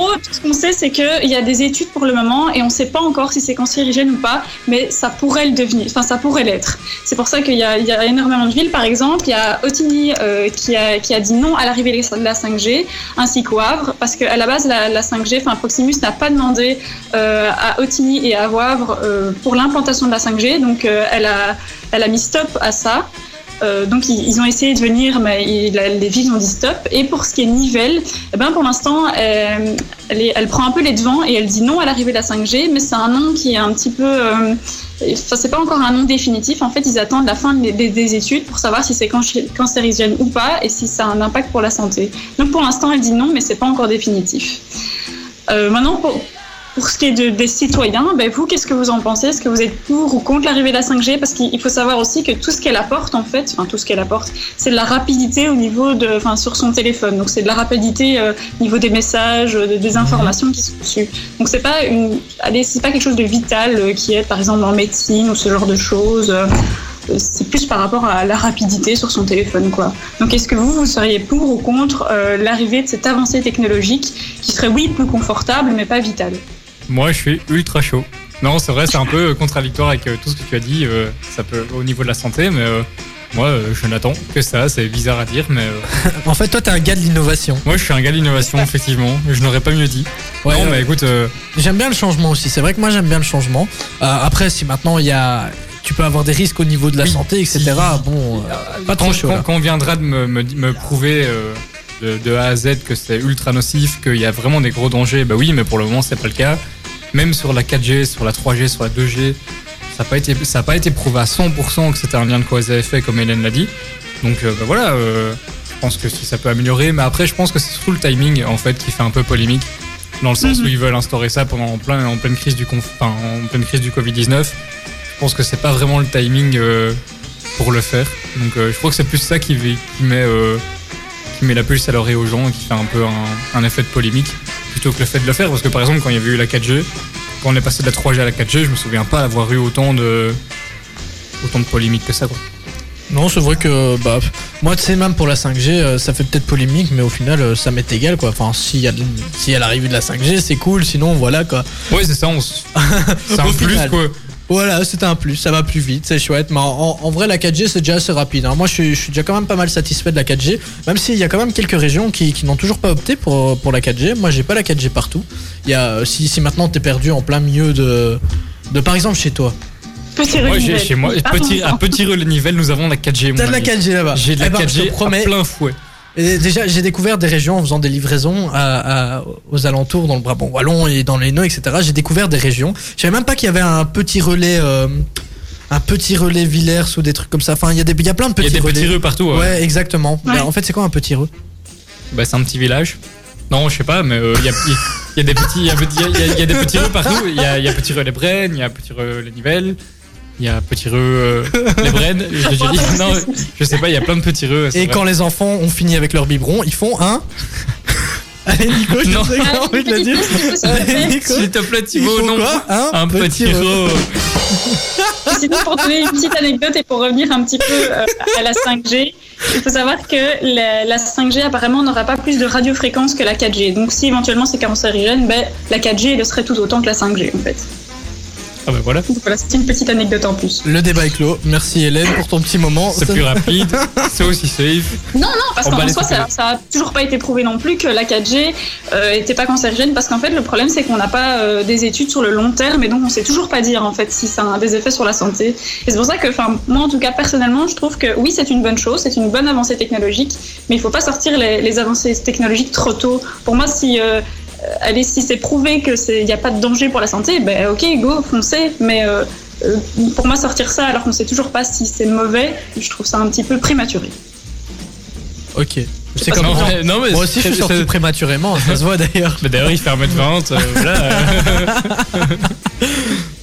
Oh, tout ce qu'on sait, c'est qu'il y a des études pour le moment et on ne sait pas encore si c'est cancérigène ou pas, mais ça pourrait le devenir, enfin ça pourrait l'être. C'est pour ça qu'il y, a- il y a énormément de villes, par exemple, il y a Otigny euh, qui, a, qui a dit non à l'arrivée de la 5G, ainsi qu'au Havre, parce qu'à la base, la, la 5G, enfin Proximus n'a pas demandé euh, à Otigny et à Wavre euh, pour l'implantation de la 5G, donc euh, elle, a, elle a mis stop à ça. Euh, donc ils, ils ont essayé de venir, mais il- la- les villes ont dit stop. Et pour ce qui est de Nivelles, eh ben pour l'instant, euh, elle, est- elle prend un peu les devants et elle dit non à l'arrivée de la 5G, mais c'est un nom qui est un petit peu. euh, Enfin, c'est pas encore un nom définitif. En fait, ils attendent la fin des, des- des études pour savoir si c'est canc- cancérigène ou pas et si ça a un impact pour la santé. Donc pour l'instant, elle dit non, mais c'est pas encore définitif. Euh, maintenant, pour, pour ce qui est de- des citoyens, ben vous, qu'est-ce que vous en pensez Est-ce que vous êtes pour ou contre l'arrivée de la 5G Parce qu'il il faut savoir aussi que tout ce qu'elle apporte, en fait, enfin tout ce qu'elle apporte, c'est de la rapidité au niveau de, enfin sur son téléphone. Donc c'est de la rapidité euh, au niveau des messages, euh, de- des informations qui sont dessus. Donc c'est pas une, allez, c'est pas quelque chose de vital euh, qui est, par exemple, en médecine ou ce genre de choses. euh, c'est plus par rapport à la rapidité sur son téléphone, quoi. Donc, est-ce que vous, vous seriez pour ou contre euh, l'arrivée de cette avancée technologique qui serait, oui, plus confortable, mais pas vitale Moi, je suis ultra chaud. Non, c'est vrai, c'est un peu contradictoire avec euh, tout ce que tu as dit. euh, ça peut au niveau de la santé, mais euh, moi, euh, je n'attends que ça. C'est bizarre à dire, mais euh, En fait, toi, t'es un gars de l'innovation. moi, je suis un gars d'innovation, effectivement. Je n'aurais pas mieux dit. Ouais, non, ouais. mais écoute, euh, J'aime bien le changement aussi. C'est vrai que moi, j'aime bien le changement. Euh, après, si maintenant il y a, tu peux avoir des risques au niveau de la Oui. santé, etc. Bon, euh, pas trop quand, chaud. quand- là. quand on viendra de me, me- me prouver euh, de, de A à Z que c'est ultra nocif, qu'il y a vraiment des gros dangers, bah oui, mais pour le moment, c'est pas le cas. Même sur la 4G, sur la 3G, sur la 2G, ça n'a pas, été- ça a pas été prouvé à 100% que c'était un lien de cause à effet, comme Hélène l'a dit. Donc euh, bah voilà, euh, je pense que si ça peut améliorer, mais après, je pense que c'est surtout le timing, en fait, qui fait un peu polémique. Dans le sens où ils veulent instaurer ça pendant en plein en pleine crise du conf- enfin, en pleine crise du Covid 19, je pense que c'est pas vraiment le timing euh, pour le faire. Donc euh, je crois que c'est plus ça qui, qui met euh, qui met la pulse à l'oreille aux gens et qui fait un peu un, un effet de polémique plutôt que le fait de le faire parce que par exemple quand il y avait eu la 4G, quand on est passé de la 3G à la 4G, je me souviens pas avoir eu autant de autant de polémique que ça quoi. Non, c'est vrai que bah, moi, tu sais, même pour la 5G, euh, ça fait peut-être polémique, mais au final, euh, ça m'est égal quoi. Enfin, s'il y a, de- s'il y a l'arrivée de la 5G, c'est cool. Sinon, voilà quoi. Ouais, c'est ça, on s- c'est Au un plus final. quoi. Voilà, c'est un plus, ça va plus vite, c'est chouette. Mais en, en- en vrai, la 4G, c'est déjà assez rapide. hein. Moi, je suis, je suis déjà quand même pas mal satisfait de la 4G, même s'il y a quand même quelques régions qui, qui n'ont toujours pas opté pour, pour la 4G. Moi, j'ai pas la 4G partout. Il y a, euh, si, si maintenant t'es perdu en plein milieu de, de par exemple, chez toi, Petit Moi j'ai Renivelle. chez moi Pas petit Ah, à longtemps. petit rue nivelle nous avons la 4G mon t'as de la ami. 4G là-bas. J'ai de la Eh ben, je te 4G promets, à plein fouet. Et déjà, j'ai découvert des régions en faisant des livraisons à- à- aux alentours, dans le Brabant wallon et dans les Hainaut, etc. J'ai découvert des régions. Je savais même pas qu'il y avait un petit relais, euh, un petit relais Villers ou des trucs comme ça. Enfin, il y a des, il y a plein de Il y petits a des relais. petits rues partout. hein. Ouais, ouais. exactement. Ouais. Bah, en fait, c'est quoi un petit reux Bah, c'est un petit village. Non, je sais pas, mais euh, il y, a, il y a des petits, il y a, petit- il y a- il y a des petits rues partout. Il y a, il y a petit rue les Brennes, il y a petit rue les Nivelles, il y a petit rue euh, les Brennes. Je, l'ai déjà dit. non, je sais pas, il y a plein de petits rues. c'est Et vrai. quand les enfants ont fini avec leur biberon, ils font un. Allez, Nico, je Non. sais que Ah, t'as envie de le dire. Allez, Nico, S'il te plaît, ils Thibaut, font non. quoi Un petit, reux. rue. Sinon, pour donner une petite anecdote et pour revenir un petit peu euh, à la 5G, il faut savoir que la, la 5G apparemment n'aura pas plus de radiofréquences que la 4G. Donc si éventuellement c'est cancérigène, ben, la 4G le serait tout autant que la 5G en fait. Ah bah voilà, Donc voilà, c'est une petite anecdote en plus. Le débat est clos. Merci Hélène pour ton petit moment. c'est Ça- plus rapide, c'est aussi safe. Non, parce On va qu'en les soi, ça, couper. ça a toujours pas été prouvé non plus que la 4G euh, était pas cancérigène, parce qu'en fait, le problème, c'est qu'on n'a pas euh, des études sur le long terme, et donc on sait toujours pas dire en fait si ça a des effets sur la santé. Et c'est pour ça que, enfin, moi en tout cas personnellement, je trouve que oui, c'est une bonne chose, c'est une bonne avancée technologique, mais il faut pas sortir les, les avancées technologiques trop tôt. Pour moi, si euh, euh, allez, si c'est prouvé que c'est, y a pas de danger pour la santé, ben ok, go, foncez. Mais euh, euh, pour moi, sortir ça alors qu'on sait toujours pas si c'est mauvais, je trouve ça un petit peu prématuré. Ok. C'est pas comme Non, ça. mais- non, mais Moi aussi, je c'est- suis sorti c'est- prématurément, ça se voit d'ailleurs. Bah, D'ailleurs, il fait 1m20, euh, voilà.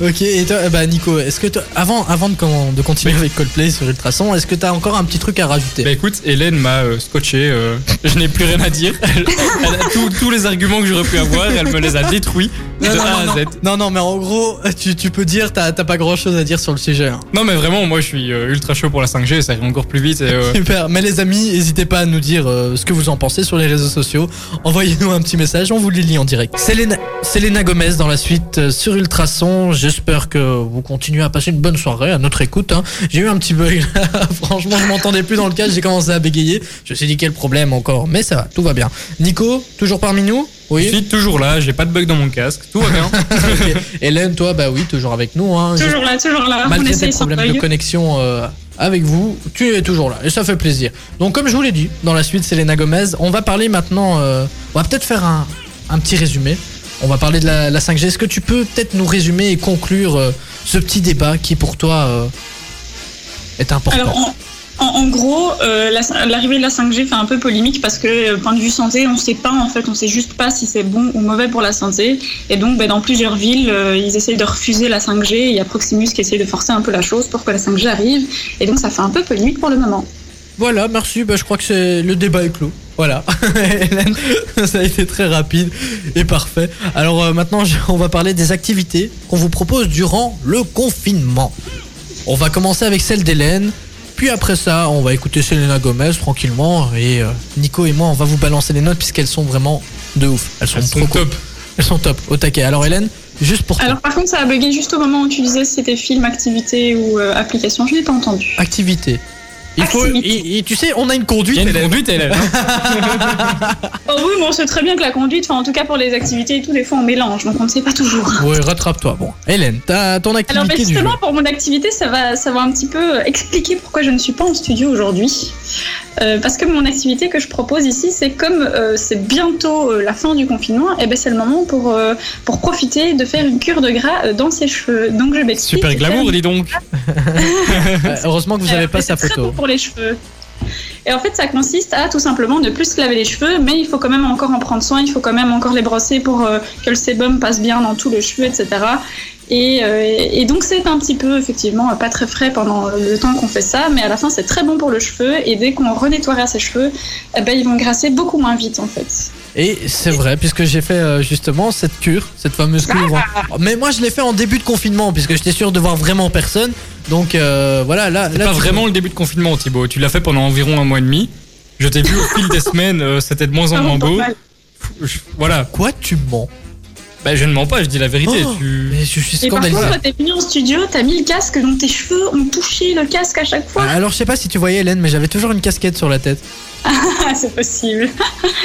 Ok, et toi, euh, bah Nico, est-ce que toi- avant, avant de, con- de continuer avec Coldplay sur Ultrason, est-ce que t'as encore un petit truc à rajouter Bah écoute, Hélène m'a euh, scotché, euh, je n'ai plus rien à dire. Elle- elle a tous- tous les arguments que j'aurais pu avoir, elle me les a détruits de non, A à non, Z. non, non, non, mais en gros, tu, tu peux dire, t'as t'as pas grand chose à dire sur le sujet. hein. Non mais vraiment, moi je suis euh, ultra chaud pour la 5G, ça arrive encore plus vite. Et, euh, Super, mais les amis, n'hésitez pas à nous dire euh, ce que vous en pensez sur les réseaux sociaux. Envoyez-nous un petit message, on vous les lit en direct. Selena, Selena Gomez dans la suite euh, sur Ultrason. J'espère que vous continuez à passer une bonne soirée à notre écoute. hein. J'ai eu un petit bug là. franchement, je m'entendais plus dans le casque, j'ai commencé à bégayer. Je me suis dit quel problème encore, mais ça va, tout va bien. Nico, toujours parmi nous je Oui. suis toujours là, j'ai pas de bug dans mon casque, tout va bien. Ok. Hélène, toi, bah oui, toujours avec nous. Hein. Toujours là, toujours là. on malgré des essaye sans problèmes de faille. connexion euh, avec vous, tu es toujours là et ça fait plaisir. Donc comme je vous l'ai dit, dans la suite Selena Gomez, on va parler maintenant, euh, on va peut-être faire un, un petit résumé. On va parler de la, la 5G. Est-ce que tu peux peut-être nous résumer et conclure euh, ce petit débat qui pour toi euh, est important Alors, en, en- en gros, euh, la- l'arrivée de la 5G fait un peu polémique parce que, euh, point de vue santé, on ne sait pas en fait, on sait juste pas si c'est bon ou mauvais pour la santé. Et donc, ben, dans plusieurs villes, euh, ils essayent de refuser la 5G. et Il y a Proximus qui essaye de forcer un peu la chose pour que la 5G arrive. Et donc, ça fait un peu polémique pour le moment. Voilà, merci. Bah, je crois que c'est le débat est clos. Voilà, Hélène, ça a été très rapide et parfait. Alors euh, maintenant, je- on va parler des activités qu'on vous propose durant le confinement. On va commencer avec celle d'Hélène. Puis après ça, on va écouter Selena Gomez tranquillement. Et euh, Nico et moi, on va vous balancer les notes puisqu'elles sont vraiment de ouf. Elles sont, Elles sont trop cool. top. Elles sont top. Au taquet. Alors Hélène, juste pour toi. Alors par contre, ça a bugué juste au moment où tu disais si c'était film, activité ou euh, application. Je n'ai pas entendu. Activité. Il faut, Activité. et- et tu sais, on a une conduite. Il y a une Hélène. conduite, hein. elle. Ah. Oh oui, mais on sait très bien que la conduite, enfin en tout cas pour les activités et tout, des fois on mélange, donc on ne sait pas toujours. Ouais, rattrape-toi. Bon, Hélène, t'as ton activité Alors ben, du jour. justement, pour mon activité, ça va, ça va un petit peu expliquer pourquoi je ne suis pas en studio aujourd'hui. Euh, parce que mon activité que je propose ici, c'est comme euh, c'est bientôt euh, la fin du confinement, et ben c'est le moment pour, euh, pour profiter de faire une cure de gras euh, dans ses cheveux. Donc je m'explique. Super c'est faire glamour, dis donc. Euh, heureusement que vous Alors, avez pas mais sa c'est très photo. bon pour les cheveux. Et en fait, ça consiste à tout simplement ne plus se laver les cheveux, mais il faut quand même encore en prendre soin, il faut quand même encore les brosser pour euh, que le sébum passe bien dans tout le cheveu, etc. Et, euh, et donc c'est un petit peu effectivement pas très frais pendant le temps qu'on fait ça, mais à la fin c'est très bon pour le cheveu et dès qu'on renettoiera ses cheveux, eh ben, ils vont grasser beaucoup moins vite en fait. Et c'est vrai, puisque j'ai fait euh, justement cette cure, cette fameuse cure. Ah hein. Mais moi, je l'ai fait en début de confinement, puisque j'étais sûr de voir vraiment personne. Donc euh, voilà, là. C'est là, pas tu- vraiment le début de confinement, Thibaut. Tu l'as fait pendant environ un mois et demi. Je t'ai vu au fil des semaines, euh, c'était de moins en moins beau. Je- Voilà. Quoi, tu mens Bah, je ne mens pas, je dis la vérité. Oh, tu... Mais je suis Et par scandalisé. contre, quand t'es venu en studio, t'as mis le casque, donc tes cheveux ont touché le casque à chaque fois. Alors, je sais pas si tu voyais Hélène, mais j'avais toujours une casquette sur la tête. Ah, c'est possible.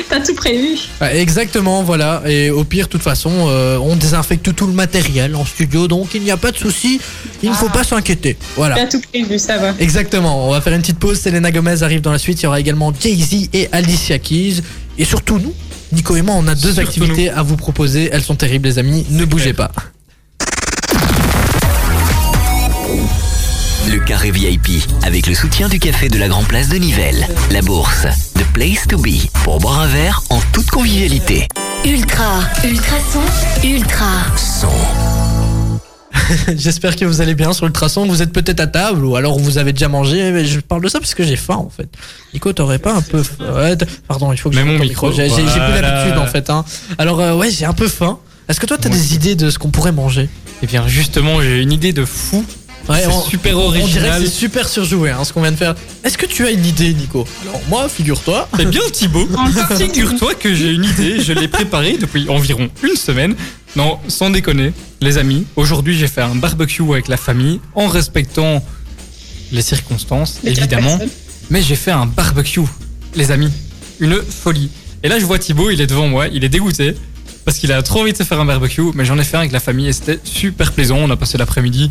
t'as tout prévu. Ouais, Ah, exactement, voilà. Et au pire, de toute façon, euh, on désinfecte tout le matériel en studio, donc il n'y a pas de souci. Il ne faut Ah. pas s'inquiéter. Voilà. T'as tout prévu, ça va. Exactement, on va faire une petite pause. Selena Gomez arrive dans la suite. Il y aura également Jay-Z et Alicia Keys. Et surtout nous, Nico et moi, on a deux Surtout activités à vous proposer. Elles sont terribles, les amis. Ne bougez pas. Le carré VIP avec le soutien du café de la Grand Place de Nivelles, la bourse, The Place to Be pour boire un verre en toute convivialité. Ultra, ultra son, ultra. J'espère que vous allez bien sur le traçon. Vous êtes peut-être à table ou alors vous avez déjà mangé. Mais je parle de ça parce que j'ai faim en fait. Nico, t'aurais pas un peu. Ouais, t- Pardon, il faut que je Mets coupe mon ton micro. J'ai j'ai- j'ai plus Voilà. l'habitude en fait. hein. Alors, euh, ouais, j'ai un peu faim. Est-ce que toi, t'as Moi des aussi. idées de ce qu'on pourrait manger Eh bien, justement, j'ai une idée de fou. Ouais, C'est on- super On dirait que original. c'est super surjoué hein, ce qu'on vient de faire. Est-ce que tu as une idée, Nico Alors, moi, figure-toi. C'est bien, Thibaut. Encore une. Figure-toi que j'ai une idée. Je l'ai préparée depuis environ une semaine. Non, sans déconner, les amis. Aujourd'hui, j'ai fait un barbecue avec la famille en respectant les circonstances, Les quatre évidemment. personnes. Mais j'ai fait un barbecue, les amis. Une folie. Et là, je vois Thibaut, il est devant moi, il est dégoûté. Parce qu'il a trop envie de se faire un barbecue, mais j'en ai fait un avec la famille et c'était super plaisant. On a passé l'après-midi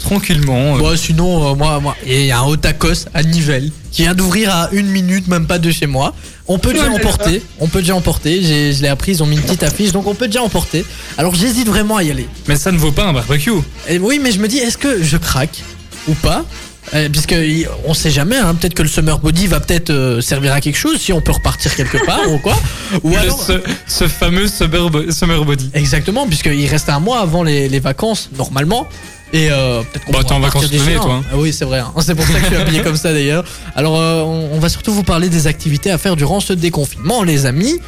tranquillement. euh, Bon, sinon, euh, moi, moi, et il y a un Otakos à Nivelles qui vient d'ouvrir à une minute, même pas de chez moi. On peut déjà Oh là là. emporter. On peut déjà emporter. J'ai- Je l'ai appris, ils ont mis une petite affiche, donc on peut déjà emporter. Alors, j'hésite vraiment à y aller. Mais ça ne vaut pas un barbecue. Et oui, mais je me dis, est-ce que je craque ou pas Euh, Puisque il- on sait jamais, hein, peut-être que le summer body va peut-être euh, servir à quelque chose si on peut repartir quelque part ou quoi. Ou Le- alors, ce, ce fameux summer, bo- summer body. Exactement, puisqu'il reste un mois avant les, les vacances, normalement. Et euh, peut-être qu'on Bah, pourra t'es en partir vacances d'ici de mai, là. toi, hein. Ah oui, c'est vrai. hein. C'est pour ça que je suis habillé comme ça, d'ailleurs. Alors, euh, on, on va surtout vous parler des activités à faire durant ce déconfinement, les amis.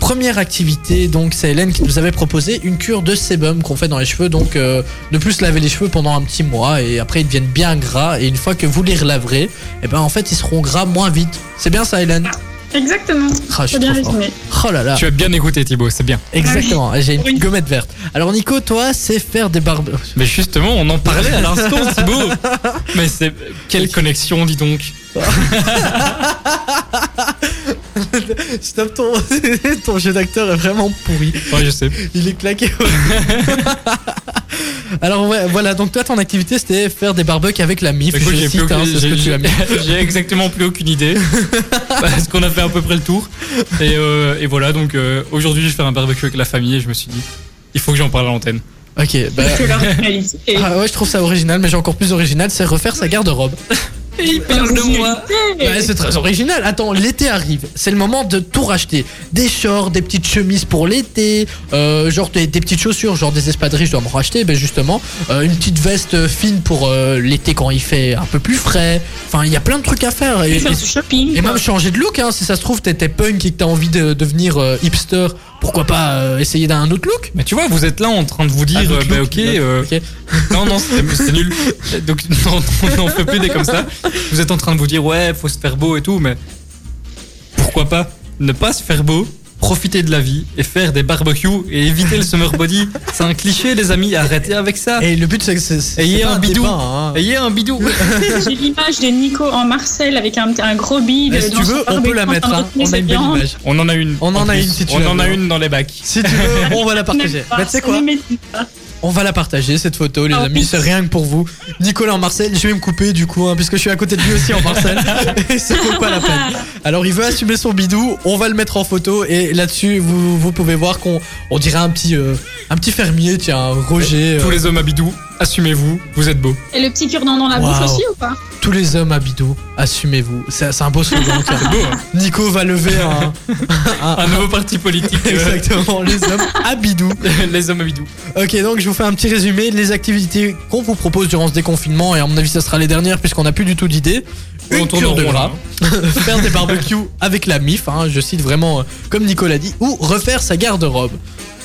Première activité, donc c'est Hélène qui nous avait proposé une cure de sébum qu'on fait dans les cheveux, donc euh, de plus laver les cheveux pendant un petit mois et après ils deviennent bien gras et une fois que vous les relaverez, et ben en fait ils seront gras moins vite. C'est bien ça Hélène Exactement. Ah, je suis C'est bien trop fort. résumé. Oh là là. Tu as bien écouté Thibaut, c'est bien. Exactement, j'ai une Oui. petite gommette verte. Alors Nico, toi, c'est faire des barbes. Mais justement, on en parlait à l'instant Thibaut. Mais c'est quelle connexion, dis donc. Stop, ton, ton jeu d'acteur est vraiment pourri. Ouais, je sais. Il est claqué. Alors ouais, voilà, donc toi, ton activité, c'était faire des barbecues avec la MIF. Écoute, je j'ai cite, plus hein, aucune- c'est ce que j'ai- tu as mis. j'ai- j'ai exactement plus aucune idée. parce qu'on a fait à peu près le tour. Et, euh, et voilà, donc euh, aujourd'hui, je vais faire un barbecue avec la famille et je me suis dit, il faut que j'en parle à l'antenne. Ok, bah... C'est l'originalité. ah ouais, je trouve ça original, mais j'ai encore plus original, c'est refaire sa garde-robe. Il Ouais, c'est très original. Attends, l'été arrive. C'est le moment de tout racheter. Des shorts, des petites chemises pour l'été, euh, genre des, des petites chaussures, genre des espadrilles, je dois me racheter, ben justement. Euh, une petite veste fine pour euh, l'été quand il fait un peu plus frais. Enfin, il y a plein de trucs à faire. Et, Faire du et- shopping. et quoi. même changer de look, hein, si ça se trouve, t'étais punk et que t'as envie de devenir euh, hipster. pourquoi pas euh, essayer d'un autre look Mais tu vois, vous êtes là en train de vous dire, Un euh, autre bah look, ok, d'un autre- euh, ok. non, non, c'est c'est nul. Donc, non, on en fait plus des comme ça. Vous êtes en train de vous dire, ouais, faut se faire beau et tout, mais pourquoi pas ne pas se faire beau, profiter de la vie et faire des barbecues et éviter le summer body C'est un cliché, les amis, arrêtez avec ça. Et le but c'est que c'est- c'est Ayez c'est pas un bidou. débat, hein. Ayez un bidou. J'ai l'image de Nico en Marcel avec un, un gros bide. Mais si tu dans son veux, on peut barbecue la en mettre. train de hein. On retourner a ses une belle viandes. image. On en a une. On en a plus. une, si tu On la en a veux. une dans les bacs. Si tu veux, on va la partager. N'aime pas, Mais tu sais on quoi aimait pas. On va la partager cette photo, les Ah, amis. oui. C'est rien que pour vous. Nicolas en Marseille, je vais me couper du coup, hein, puisque je suis à côté de lui aussi en Marseille. Et ça vaut pas la peine. Alors, il veut assumer son bidou. On va le mettre en photo. Et là-dessus, vous, vous pouvez voir qu'on on dirait un petit, euh, un petit fermier, tiens, Roger. euh, Tous les hommes à bidou, assumez-vous, vous êtes beaux. Et le petit cure-dent dans la Waouh. bouche aussi ou pas euh, tous les hommes à bidou, assumez-vous. C'est c'est un beau slogan. tiens. Beau, hein. Nico va lever un. un- un nouveau parti politique. euh, exactement, les hommes à bidou. les hommes à bidou. Ok, donc je vous fais un petit résumé des activités qu'on vous propose durant ce déconfinement, et à mon avis, ça sera les dernières, puisqu'on n'a plus du tout d'idées. On Une tourne cure en de rond, là, bras, faire des barbecues avec la MIF, hein, je cite vraiment euh, comme Nicolas dit, ou refaire sa garde-robe.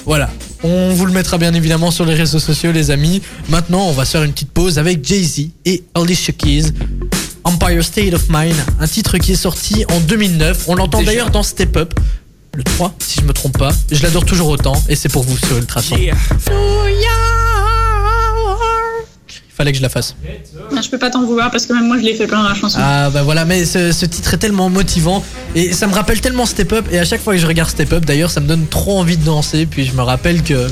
Voilà, on vous le mettra bien évidemment sur les réseaux sociaux, les amis. Maintenant, on va se faire une petite pause avec Jay-Z et Alicia Keys. Empire State of Mind, un titre qui est sorti en 2009. On l'entend Déjà. d'ailleurs dans Step Up, le 3, si je me trompe pas. Je l'adore toujours autant, et c'est pour vous sur Ultrason. Yeah. Il fallait que je la fasse. Ah, Je peux pas t'en vouloir parce que même moi je l'ai fait plein la chanson. Ah bah voilà, mais ce, ce titre est tellement motivant et ça me rappelle tellement Step Up et à chaque fois que je regarde Step Up d'ailleurs ça me donne trop envie de danser puis je me rappelle que...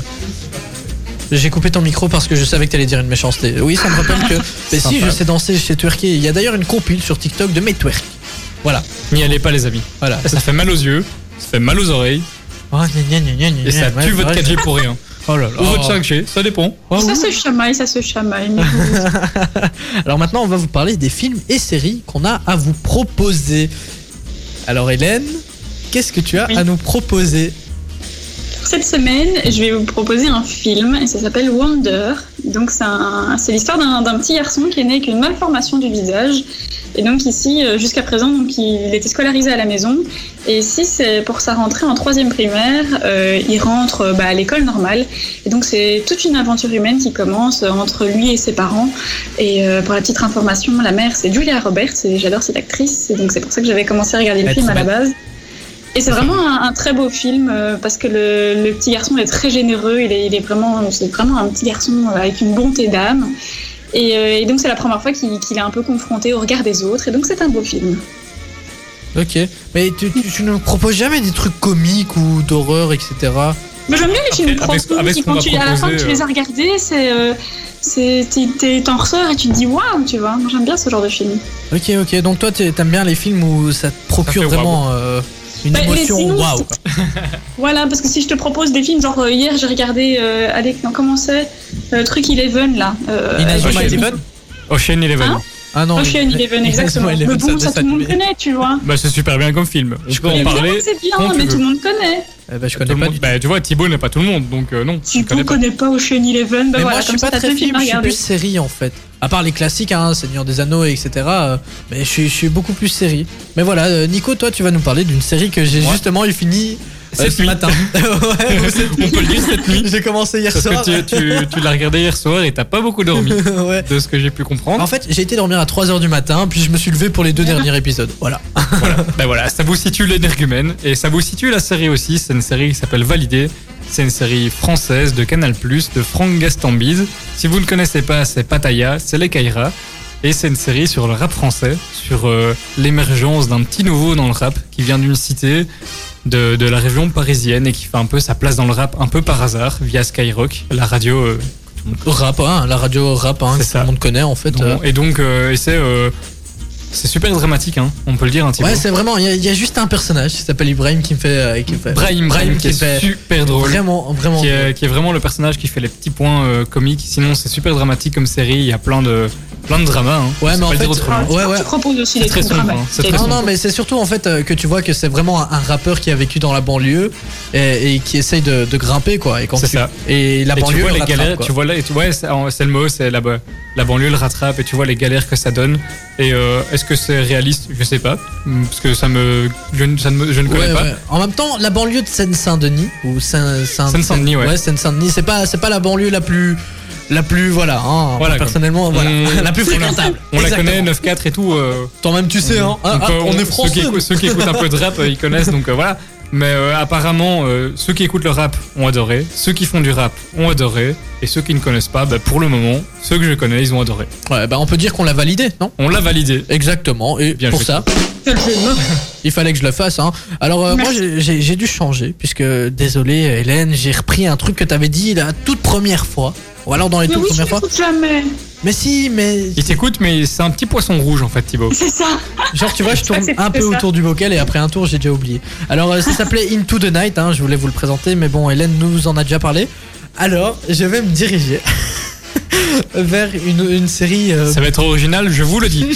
J'ai coupé ton micro parce que je savais que t'allais dire une méchanceté. Oui, ça me rappelle que... Mais si, Sympa. je sais danser, je sais twerker. Il y a d'ailleurs une compile sur TikTok de mes twerk. Voilà, N'y allez pas, les amis. voilà. Ça fait mal aux yeux, ça fait mal aux oreilles, et ça tue votre 4G pour rien. Oh là là. Ou votre 5G, ça dépend. Ça se chamaille, ça se chamaille. mais Alors maintenant, on va vous parler des films et séries qu'on a à vous proposer. Alors Hélène, qu'est-ce que tu as Oui. à nous proposer Cette semaine, je vais vous proposer un film et ça s'appelle Wonder. Donc, c'est un- c'est l'histoire d'un d'un petit garçon qui est né avec une malformation du visage. Et donc, ici, euh, jusqu'à présent, donc, il était scolarisé à la maison. Et ici, c'est pour sa rentrée en troisième primaire, euh, il rentre euh, bah, à l'école normale. Et donc, c'est toute une aventure humaine qui commence euh, entre lui et ses parents. Et euh, pour la petite information, la mère, c'est Julia Roberts. Et j'adore cette actrice. Et donc, c'est pour ça que j'avais commencé à regarder le Elle est film à trop la base. Et c'est vraiment un, un très beau film euh, parce que le, le petit garçon est très généreux. Il est, il est vraiment, c'est vraiment un petit garçon euh, avec une bonté d'âme. Et, euh, et donc c'est la première fois qu'il qu'il est un peu confronté au regard des autres. Et donc c'est un beau film. Ok. Mais tu, tu, tu ne proposes jamais des trucs comiques ou d'horreur, etc. Mais j'aime bien les films Après, avec- profonds avec qui ce qu'on quand va tu à la fin proposer, tu euh, les as regardés, c'est euh, c'est- t'es- t'es- t'en ressors et tu te dis waouh, tu vois. Moi, J'aime bien ce genre de film. Ok, ok. Donc toi, t'es- t'aimes bien les films où ça te procure Ça fait vraiment euh, une Bah, les émotion sinon, waouh. c'est- Voilà, parce que si je te propose des films, genre euh, hier j'ai regardé, euh, avec, non, comment c'est Le truc Eleven là. euh, Inazuma avec- Eleven Ocean Eleven. Hein Ah non. Ocean oui. Eleven, Inazuma exactement. Eleven, Mais bon, ça, ça, ça, tout le monde ça- connaît, tu vois. Bah, c'est super bien comme film. Je peux en Mais parler. évidemment que C'est quand bien, tu mais veux. tout le monde connaît. Eh ben, je Tout connais le pas monde- du tout. bah, tu vois, Thibaut n'est pas tout le monde, donc euh, non. Si je vous ne connais pas. connaissez pas Ocean Eleven, bah Mais voilà, moi, je suis comme ça, pas t'as très deux films film, à je suis regarder. plus série en fait. À part les classiques, hein, Seigneur des Anneaux, etc. euh, mais je suis, je suis beaucoup plus série. Mais voilà, euh, Nico, toi, tu vas nous parler d'une série que j'ai Ouais. justement eu fini euh, Cette ce nuit. matin. ouais, ou cette Eh, On peut le dire cette nuit. J'ai commencé hier Parce soir. que tu, tu, tu l'as regardé hier soir et t'as pas beaucoup dormi, ouais. de ce que j'ai pu comprendre. En fait, j'ai été dormir à 3h du matin, puis je me suis levé pour les deux derniers épisodes. Voilà. voilà. Bah voilà, ça vous situe l'énergumène et ça vous situe la série aussi. C'est une série qui s'appelle Validé. C'est une série française de Canal de Franck Gastambide. Si vous ne connaissez pas, c'est Pataya, c'est les Kaira. Et c'est une série sur le rap français, sur euh, l'émergence d'un petit nouveau dans le rap qui vient d'une cité de, de la région parisienne et qui fait un peu sa place dans le rap un peu par hasard via Skyrock, la radio euh, Rap, hein, la radio rap, hein, C'est que ça. tout le monde connaît en fait. Donc, Euh, Et donc, euh, et c'est euh, c'est super dramatique, hein, on peut le dire. Hein, Thibaut. Ouais, c'est vraiment, il y, a- il y a juste un personnage qui s'appelle Ibrahim qui me fait. euh, qui me fait Brahim, Brahim qui est fait super drôle. Vraiment, vraiment. Qui est, qui est vraiment le personnage qui fait les petits points euh, comiques. Sinon, c'est super dramatique comme série. Il y a plein de, plein de drama. Hein. Ouais, C'est mais en pas le fait- dire autrement. Ouais, ouais. Ah, Tu proposes aussi C'est des très trucs sombre. hein. C'est très Non, sombre. non, mais c'est surtout en fait euh, que tu vois que c'est vraiment un, un rappeur qui a vécu dans la banlieue et, et qui essaye de, de grimper quoi. Et quand C'est tu- ça. Et ah, la Et banlieue, tu vois les rattrape, galères, quoi. tu vois là, et tu- ouais, c'est c'est le mot, c'est la, ba- la banlieue le rattrape et tu vois les galères que ça donne. Et euh, est-ce que c'est réaliste Je sais pas, Mm, parce que ça me, je, ne- ça ne me- je ne connais Ouais, pas. ouais. En même temps, la banlieue de Seine-Saint-Denis ou Saint- Saint- Seine-Saint-Denis, ouais. Seine-Saint-Denis, c'est pas c'est pas la banlieue la plus la plus voilà. hein, Voilà, personnellement, voilà, Mm. la plus fréquentable. On la Exactement. connaît 9-4 et tout. euh, Toi même tu sais hein. Ah, donc, ah, euh, on, est ceux qui, français. écoutent, ceux qui écoutent un peu de rap, euh, ils connaissent, donc euh, voilà. Mais euh, apparemment, euh, ceux qui écoutent le rap ont adoré, ceux qui font du rap ont adoré, et ceux qui ne connaissent pas, bah, pour le moment, ceux que je connais, ils ont adoré. Ouais, bah, on peut dire qu'on l'a validé, non On l'a validé. Exactement. Et Bien pour joué. ça, Quel jeu de mots. il fallait que je le fasse. Hein. Alors euh, moi, Merci. j'ai- j'ai j'ai dû changer puisque désolé, Hélène, j'ai repris un truc que t'avais dit la toute première fois. Ou alors dans les Mais toutes oui, je premières fois. n'écoute jamais. Mais si, mais Ils t'écoutent, mais c'est un petit poisson rouge en fait, Thibaut. C'est ça. Genre tu vois je tourne C'est un peu ça. autour du bocal et après un tour j'ai déjà oublié. Alors euh, ça s'appelait Into the Night, hein, je voulais vous le présenter mais bon Hélène nous en a déjà parlé. Alors je vais me diriger vers une, une série... euh, Ça va être original, je vous le dis.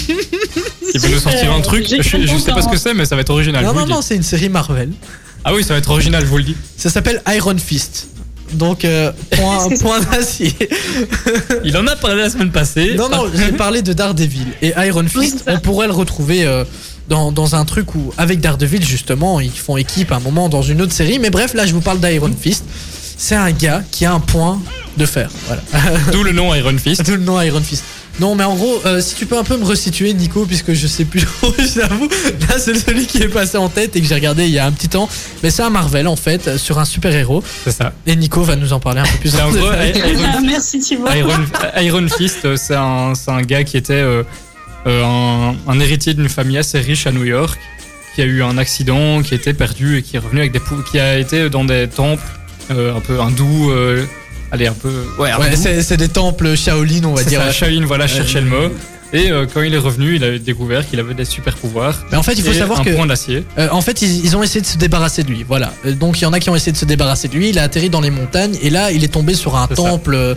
Il veut nous sortir un truc, J'ai je, je sais pas confiance. ce que c'est, mais ça va être original. Non je vous non le dis. non c'est une série Marvel. Ah oui, ça va être original, je vous le dis. Ça s'appelle Iron Fist. Donc euh, point, Qu'est-ce que c'est point d'acier. Il en a parlé la semaine passée. Non non j'ai parlé de Daredevil et Iron Fist on pourrait le retrouver... euh, dans, dans un truc où, avec Daredevil, justement, ils font équipe à un moment dans une autre série. Mais bref, là, je vous parle d'Iron Fist. C'est un gars qui a un point de fer. Voilà. D'où le nom Iron Fist. Tout le nom Iron Fist. Non, mais en gros, euh, si tu peux un peu me resituer, Nico, puisque je sais plus, j'avoue, là c'est celui qui est passé en tête et que j'ai regardé il y a un petit temps. Mais c'est un Marvel en fait, euh, sur un super héros. C'est ça. Et Nico va nous en parler un peu plus C'est en gros, détail. Iron Ah, merci Thibaut. Iron, Iron Fist, euh, c'est un, c'est un gars qui était euh, euh, un, un héritier d'une famille assez riche à New York, qui a eu un accident, qui était perdu et qui est revenu avec des pou- qui a été dans des temples euh, un peu hindous, euh, allez un peu ouais, Ouais, hindous. c'est c'est des temples Shaolin, on va C'est dire. ça, Shaolin, voilà, Euh, cherchait le mot. Et euh, quand il est revenu, il a découvert qu'il avait des super pouvoirs. Mais en fait, il faut et savoir un que, point d'acier. euh, en fait, ils, ils ont essayé de se débarrasser de lui. Voilà. Euh, Donc il y en a qui ont essayé de se débarrasser de lui. Il a atterri dans les montagnes et là, il est tombé sur un C'est ça. temple. euh,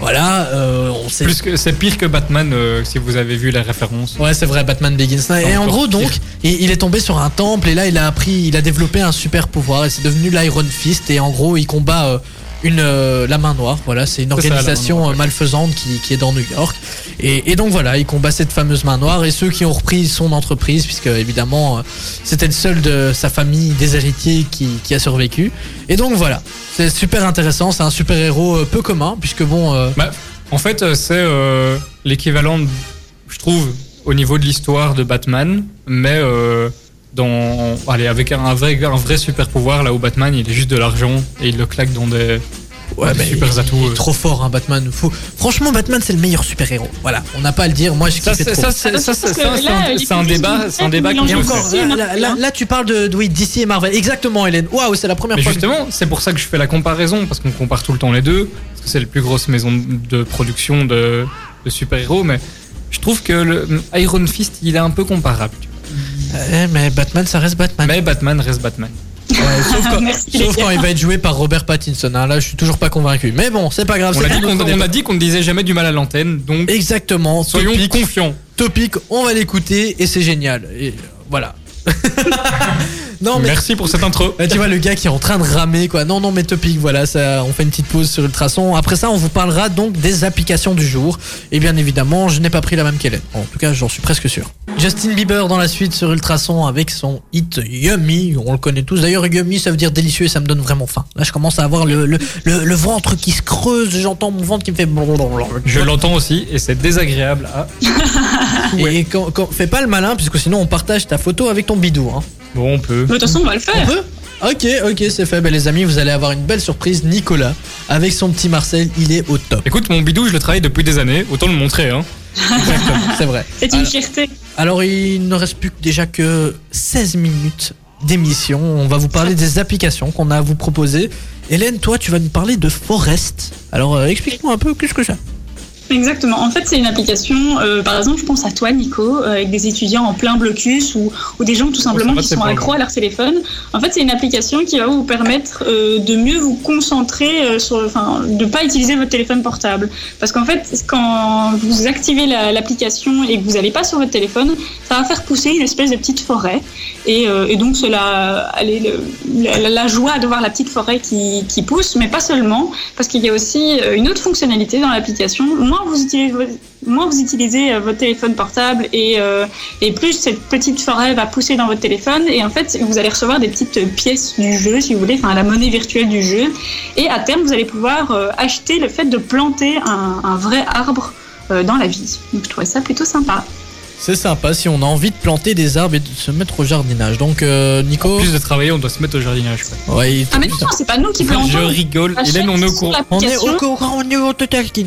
Voilà. euh, on sait Plus que c'est pire que Batman euh, si vous avez vu la référence. Ouais, c'est vrai, Batman Begins. Et en Encore gros, pire. donc, il, il est tombé sur un temple et là, il a appris, il a développé un super pouvoir et c'est devenu l'Iron Fist. Et en gros, il combat euh, une euh, la main noire. Voilà, c'est une C'est ça, la organisation Main Noire, euh, ouais. malfaisante qui, qui est dans New York. Et, et donc voilà, il combat cette fameuse main noire et ceux qui ont repris son entreprise, puisque évidemment, euh, c'était le seul de sa famille des héritiers qui, qui a survécu. Et donc voilà, c'est super intéressant. C'est un super héros euh, peu commun, puisque bon. euh, Bah, en fait, euh, c'est euh, l'équivalent, de- je trouve, au niveau de l'histoire de Batman, mais euh, dans, allez, avec un, un vrai, un vrai super pouvoir, là où Batman, il est juste de l'argent et il le claque dans des, Ouais, des mais super il- atouts. il est euh. trop fort, hein, Batman. Faut- Franchement, Batman, c'est le meilleur super-héros. Voilà, on n'a pas à le dire. Moi, je Ça, kiffe c'est trop. ça, c'est- ça, c'est- ça, c'est un- c'est un débat, c'est un débat qui Et Et me encore, fait. aussi, là, hein. là, là- là, tu parles de, de oui, DC et Marvel. Exactement, Hélène. Waouh, c'est la première Mais fois. justement, c'est pour ça que je fais la comparaison, parce qu'on compare tout le temps les deux, parce que c'est la plus grosse maison de production de, de super-héros, mais je trouve que le Iron Fist, il est un peu comparable. que- Eh, mais Batman, ça reste Batman. Mais Batman reste Batman. Ouais, sauf quand, Merci, les sauf quand il va être joué par Robert Pattinson. hein. Là, je suis toujours pas convaincu. Mais bon, c'est pas grave. On c'est a dit un autre qu'on on débat. a dit qu'on ne disait jamais du mal à l'antenne, donc Exactement. soyons topic, confiants. topic, on va l'écouter et c'est génial. Et euh, voilà. non, mais Merci pour cette intro. Là, Bah, tu vois le gars qui est en train de ramer quoi. Non non mais topic voilà ça on fait une petite pause sur Ultrason. Après ça on vous parlera donc des applications du jour. Et bien évidemment je n'ai pas pris la même qu'elle est. En tout cas j'en suis presque sûr. Justin Bieber dans la suite sur Ultrason avec son hit Yummy. On le connaît tous. D'ailleurs Yummy ça veut dire délicieux et ça me donne vraiment faim. Là je commence à avoir le, le, le- le ventre qui se creuse. J'entends mon ventre qui me fait blablabla. Je l'entends aussi et c'est désagréable. Ah, Et, et quand- quand- fais pas le malin puisque sinon on partage ta photo avec ton bidou. Hein. bon, on peut. Mais de toute façon, on va le faire. Ok, ok, c'est fait. Ben, les amis, vous allez avoir une belle surprise. Nicolas, avec son petit Marcel, il est au top. Écoute, mon bidou, je le travaille depuis des années, autant le montrer. Hein. Exactement, c'est vrai. Ah, C'est une fierté. Alors, il ne reste plus que déjà que 16 minutes d'émission. On va vous parler des applications qu'on a à vous proposer. Hélène, toi, tu vas nous parler de Forest. Alors, euh, explique-moi un peu qu'est-ce que c'est. Exactement. En fait, c'est une application, euh, par exemple, je pense à toi, Nico, euh, avec des étudiants en plein blocus ou, ou des gens tout simplement va, qui c'est sont pas accros à leur téléphone. En fait, c'est une application qui va vous permettre euh, de mieux vous concentrer, euh, sur, enfin, de pas utiliser votre téléphone portable. Parce qu'en fait, quand vous activez la- l'application et que vous n'allez pas sur votre téléphone, ça va faire pousser une espèce de petite forêt. Et, euh, et donc, cela, allez, le- la, la- la joie de voir la petite forêt qui, qui pousse, mais pas seulement, parce qu'il y a aussi euh, une autre fonctionnalité dans l'application. Moins vous utilisez, vo- moins vous utilisez euh, votre téléphone portable et, euh, et plus cette petite forêt va pousser dans votre téléphone. Et en fait, vous allez recevoir des petites pièces du jeu, si vous voulez, enfin la monnaie virtuelle du jeu. Et à terme, vous allez pouvoir euh, acheter le fait de planter un, un vrai arbre euh, dans la vie. Donc, je trouvais ça plutôt sympa. C'est sympa si on a envie de planter des arbres et de se mettre au jardinage. Donc, euh, En Nico. plus de travailler, on doit se mettre au jardinage. quoi. Ouais, il- Ah, mais non, c'est pas nous qui plantons. Je rigole. Achète Hélène, on est au sur courant. on est l'application. au courant, on est au total kin.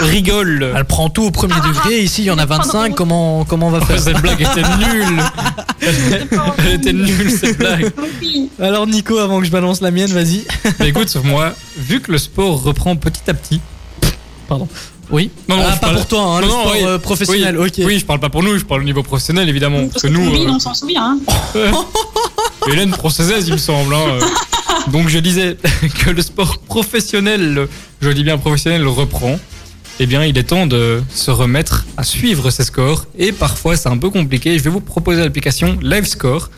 Rigole. Elle prend tout au premier Ah, degré. Ici, il y en a pardon. 25. Comment, comment on va faire Cette blague était nulle. Elle était nulle cette blague. Donc, oui. Alors, Nico, avant que je balance la mienne, vas-y. Mais écoute, moi, vu que le sport reprend petit à petit. Oui. Non, non, ah, je pas parle- pour toi, hein, le Non, non, sport oui. euh, professionnel. oui, ok. oui, je parle pas pour nous, je parle au niveau professionnel évidemment. Parce que nous, Oui, euh, on s'en souvient. hein. Hélène prend ses aises, il me semble. hein. Euh, Donc je disais que le sport professionnel, je dis bien professionnel, reprend. Eh bien, il est temps de se remettre à suivre ses scores. Et parfois, c'est un peu compliqué. Je vais vous proposer l'application LiveScore,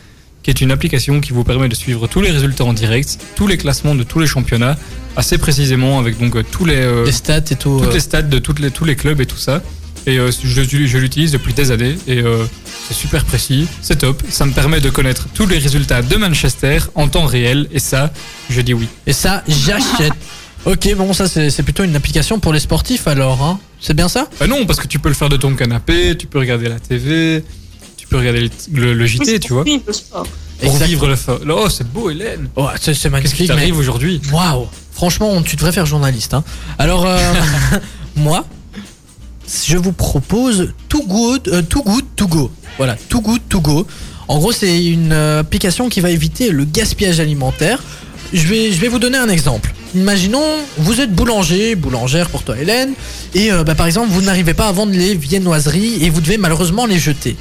qui est une application qui vous permet de suivre tous les résultats en direct, tous les classements de tous les championnats, assez précisément, avec donc euh, tous les, euh, Les stats et tout. toutes euh, les stats de toutes les, tous les clubs et tout ça. Et euh, je, je l'utilise depuis des années et euh, c'est super précis, c'est top. Ça me permet de connaître tous les résultats de Manchester en temps réel et ça, je dis oui. Et ça, j'achète. ok, bon, ça, c'est c'est plutôt une application pour les sportifs alors. Hein. C'est bien ça Bah non, parce que tu peux le faire de ton canapé, tu peux regarder la TV, tu peux regarder le, le- le Oui, JT, c'est tu pour vois. vivre le sport. Pour Exact. vivre le fa- Oh, c'est beau, Hélène. Ouais, c'est c'est Qu'est-ce qui magnifique. mais- t'arrive aujourd'hui Waouh Franchement, on- tu devrais faire journaliste. hein. Alors, euh, moi, je vous propose Too Good, euh, Too Good To Go. Voilà, Too Good To Go. En gros, c'est une euh, application qui va éviter le gaspillage alimentaire. Je vais, je vais vous donner un exemple. Imaginons, vous êtes boulanger, boulangère pour toi Hélène, et euh, bah, par exemple, vous n'arrivez pas à vendre les viennoiseries et vous devez malheureusement les jeter.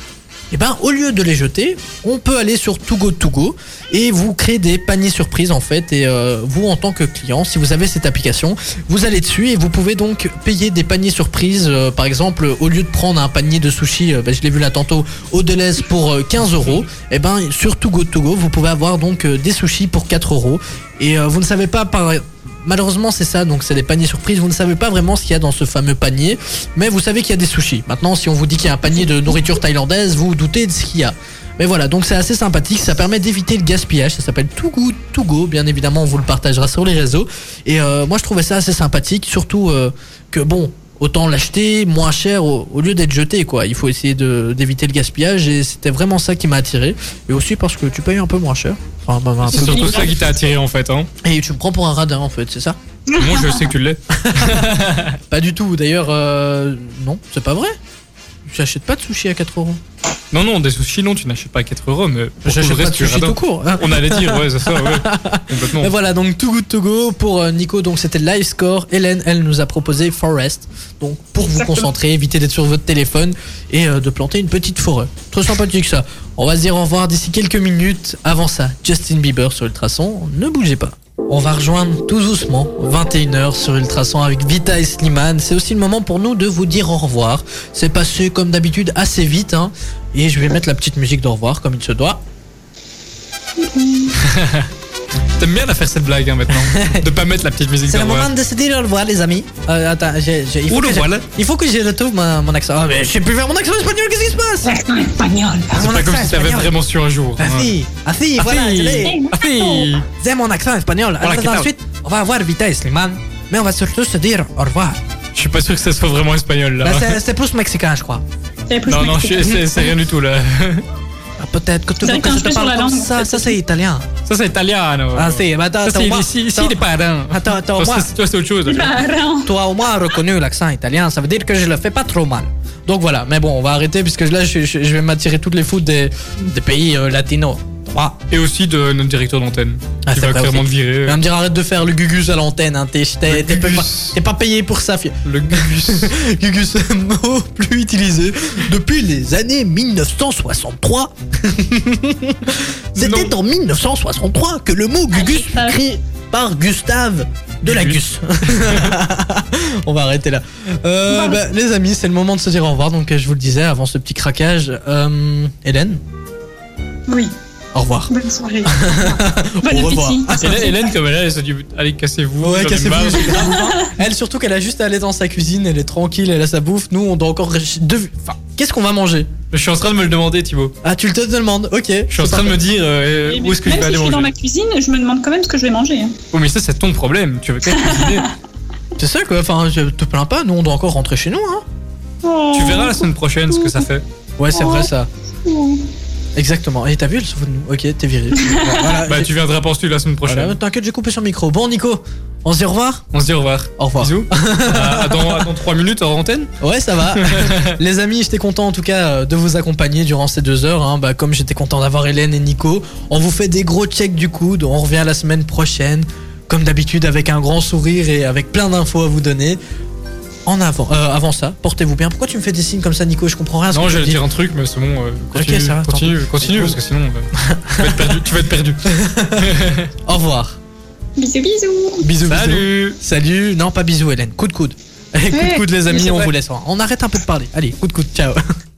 Et ben, au lieu de les jeter, on peut aller sur To Go To Go, et vous créez des paniers surprises en fait et euh, vous en tant que client si vous avez cette application vous allez dessus et vous pouvez donc payer des paniers surprises euh, par exemple euh, au lieu de prendre un panier de sushi euh, ben, je l'ai vu là tantôt au Deleuze pour euh, 15 euros et ben sur To Go To Go vous pouvez avoir donc euh, des sushis pour 4 euros et euh, vous ne savez pas par Malheureusement, c'est ça, donc c'est des paniers surprises. Vous ne savez pas vraiment ce qu'il y a dans ce fameux panier, mais vous savez qu'il y a des sushis. Maintenant, si on vous dit qu'il y a un panier de nourriture thaïlandaise, vous vous doutez de ce qu'il y a. Mais voilà, donc c'est assez sympathique, ça permet d'éviter le gaspillage, ça s'appelle Too Good To Go, bien évidemment on vous le partagera sur les réseaux. Et euh, moi je trouvais ça assez sympathique, surtout euh, que bon, autant l'acheter moins cher au, au lieu d'être jeté quoi, il faut essayer de- d'éviter le gaspillage et c'était vraiment ça qui m'a attiré. Et aussi parce que tu payes un peu moins cher. Enfin, bah, bah, un C'est peu- surtout ça qui t'a attiré en fait. Hein. Et tu me prends pour un radin en fait, c'est ça Moi, je sais que tu l'es. Pas du tout, d'ailleurs, euh, non, c'est pas vrai. J'achète pas de sushi à 4 euros. Non, non, des sushis, non, tu n'achètes pas à 4 euros, mais pour tout J'achète le pas de reste, tu sushi radins. tout court. hein. On allait dire, ouais, c'est ça, ouais. Complètement. Mais voilà, donc Too Good To Go pour euh, Nico, donc c'était Live Score. Hélène, elle nous a proposé Forest. Donc pour vous Exactement. concentrer, éviter d'être sur votre téléphone et euh, de planter une petite forêt. Trop sympathique ça. On va se dire au revoir d'ici quelques minutes. Avant ça, Justin Bieber sur Ultrason, ne bougez pas. On va rejoindre tout doucement 21h sur Ultrason avec Vita et Slimane. C'est aussi le moment pour nous de vous dire au revoir. C'est passé comme d'habitude assez vite hein. et je vais mettre la petite musique d'au revoir comme il se doit. T'aimes bien la faire cette blague hein, maintenant De pas mettre la petite musique C'est le derrière. moment de se dire au revoir, les amis. Euh, attends, j'ai- j'ai- il, faut Ou le que je- voilà. il faut que je retrouve ma- mon accent. Ah, mais je sais plus faire mon accent espagnol, qu'est-ce qui se passe L'accent espagnol. Mon Ah, C'est pas accent comme si t'avais espagnol. vraiment su un jour. Ah hein. si, ah si, voilà, si. je l'ai. Ah si. c'est mon accent espagnol. Voilà, Alors, qui parle. ensuite, on va avoir Vita et Slimane, mais on va surtout se dire au revoir. Je suis pas sûr que ça soit vraiment espagnol là. Bah, c'est- c'est plus mexicain, je crois. C'est Eh, plus non, non, je suis- c'est c'est rien du tout là. Ah, Peut-être que tout le vrai monde qu'on que je se te fait sur parle la comme langue, ça, en fait. ça c'est italien. Ça, c'est italiano. Ah si, bah attends, Ça, attends, c'est moi- ici, ici, attends, il est pas d'un. Attends, attends, moi- Toi, c'est autre chose. ok. Parent. toi au moins reconnu l'accent italien, ça veut dire que je le fais pas trop mal. Donc voilà, mais bon, on va arrêter puisque là je, je- je vais m'attirer toutes les foutes des, des pays euh, latinos. Ah, Et aussi de notre directeur d'antenne, Ah, qui c'est va vrai clairement te aussi. virer. il va me dire arrête de faire le gugus à l'antenne, hein, t'es t'es- Euh. Le t'es pas, gugus. t'es pas payé pour ça. fi- Le Gugus. Gugus, mot plus utilisé depuis les années 1963. C'était en 1963 que le mot Gugus fut Ah, Gustave. créé par Gustave de la Gus. On va arrêter là. Euh, bah, les amis, c'est le moment de se dire au revoir. Donc, euh, je vous le disais avant ce petit craquage. Euh, Hélène, Oui, au revoir. bonne soirée. Au bon revoir. appétit. Et là, Hélène, comme elle est là, elle se dit Allez, cassez-vous. Ouais, j'en ai cassez-vous, marre. j'ai grave faim. Elle, surtout qu'elle a juste à aller dans sa cuisine, elle est tranquille, elle a sa bouffe. Nous, on doit encore. réfléchir- de- Enfin, qu'est-ce qu'on va manger Je suis en train de me le demander, Thibaut. Ah, tu le te demandes, ok. Je suis en train de me dire euh, Et Où est-ce que je Eh même vais si aller je suis dans manger ma cuisine, je me demande quand même ce que je vais manger. hein. Oh, mais ça, c'est ton problème. Tu veux quand même cuisiner. C'est ça quoi, enfin, je te plains pas, nous, on doit encore rentrer chez nous, hein. Tu verras la semaine prochaine ce que ça fait. Ouais, c'est Oh. vrai ça. Ouh. Exactement. Et t'as vu, elle se fout de nous. Ok, t'es viré. Voilà, Bah, j'ai- tu viendras penser la semaine prochaine. voilà, T'inquiète, j'ai coupé son micro. Bon, Nico, on se dit au revoir On se dit au revoir. Au revoir. Bisous. à, à dans, à dans 3 minutes hors antenne. Ouais, ça va. Les amis, j'étais content en tout cas euh, de vous accompagner durant ces deux heures. hein. Bah, comme j'étais content d'avoir Hélène et Nico, on vous fait des gros checks du coude. On revient la semaine prochaine, comme d'habitude, avec un grand sourire et avec plein d'infos à vous donner. En avant, euh, avant ça, portez-vous bien. Pourquoi tu me fais des signes comme ça, Nico Je comprends rien. à Ah, ce Non, que tu j'allais dis. dire un truc, mais c'est bon. euh, continue, ça va, tant continue, pis. continue, parce que sinon, euh, tu vas être perdu. Tu vas être perdu. Au revoir. Bisous, bisous. Bisous, bisous. Salut. Salut. Non, pas bisous, Hélène. Coup de coude. Allez, coup de Ouais, coude, les mais amis. c'est On vrai. vous laisse. On arrête un peu de parler. Allez, coup de coude. Ciao.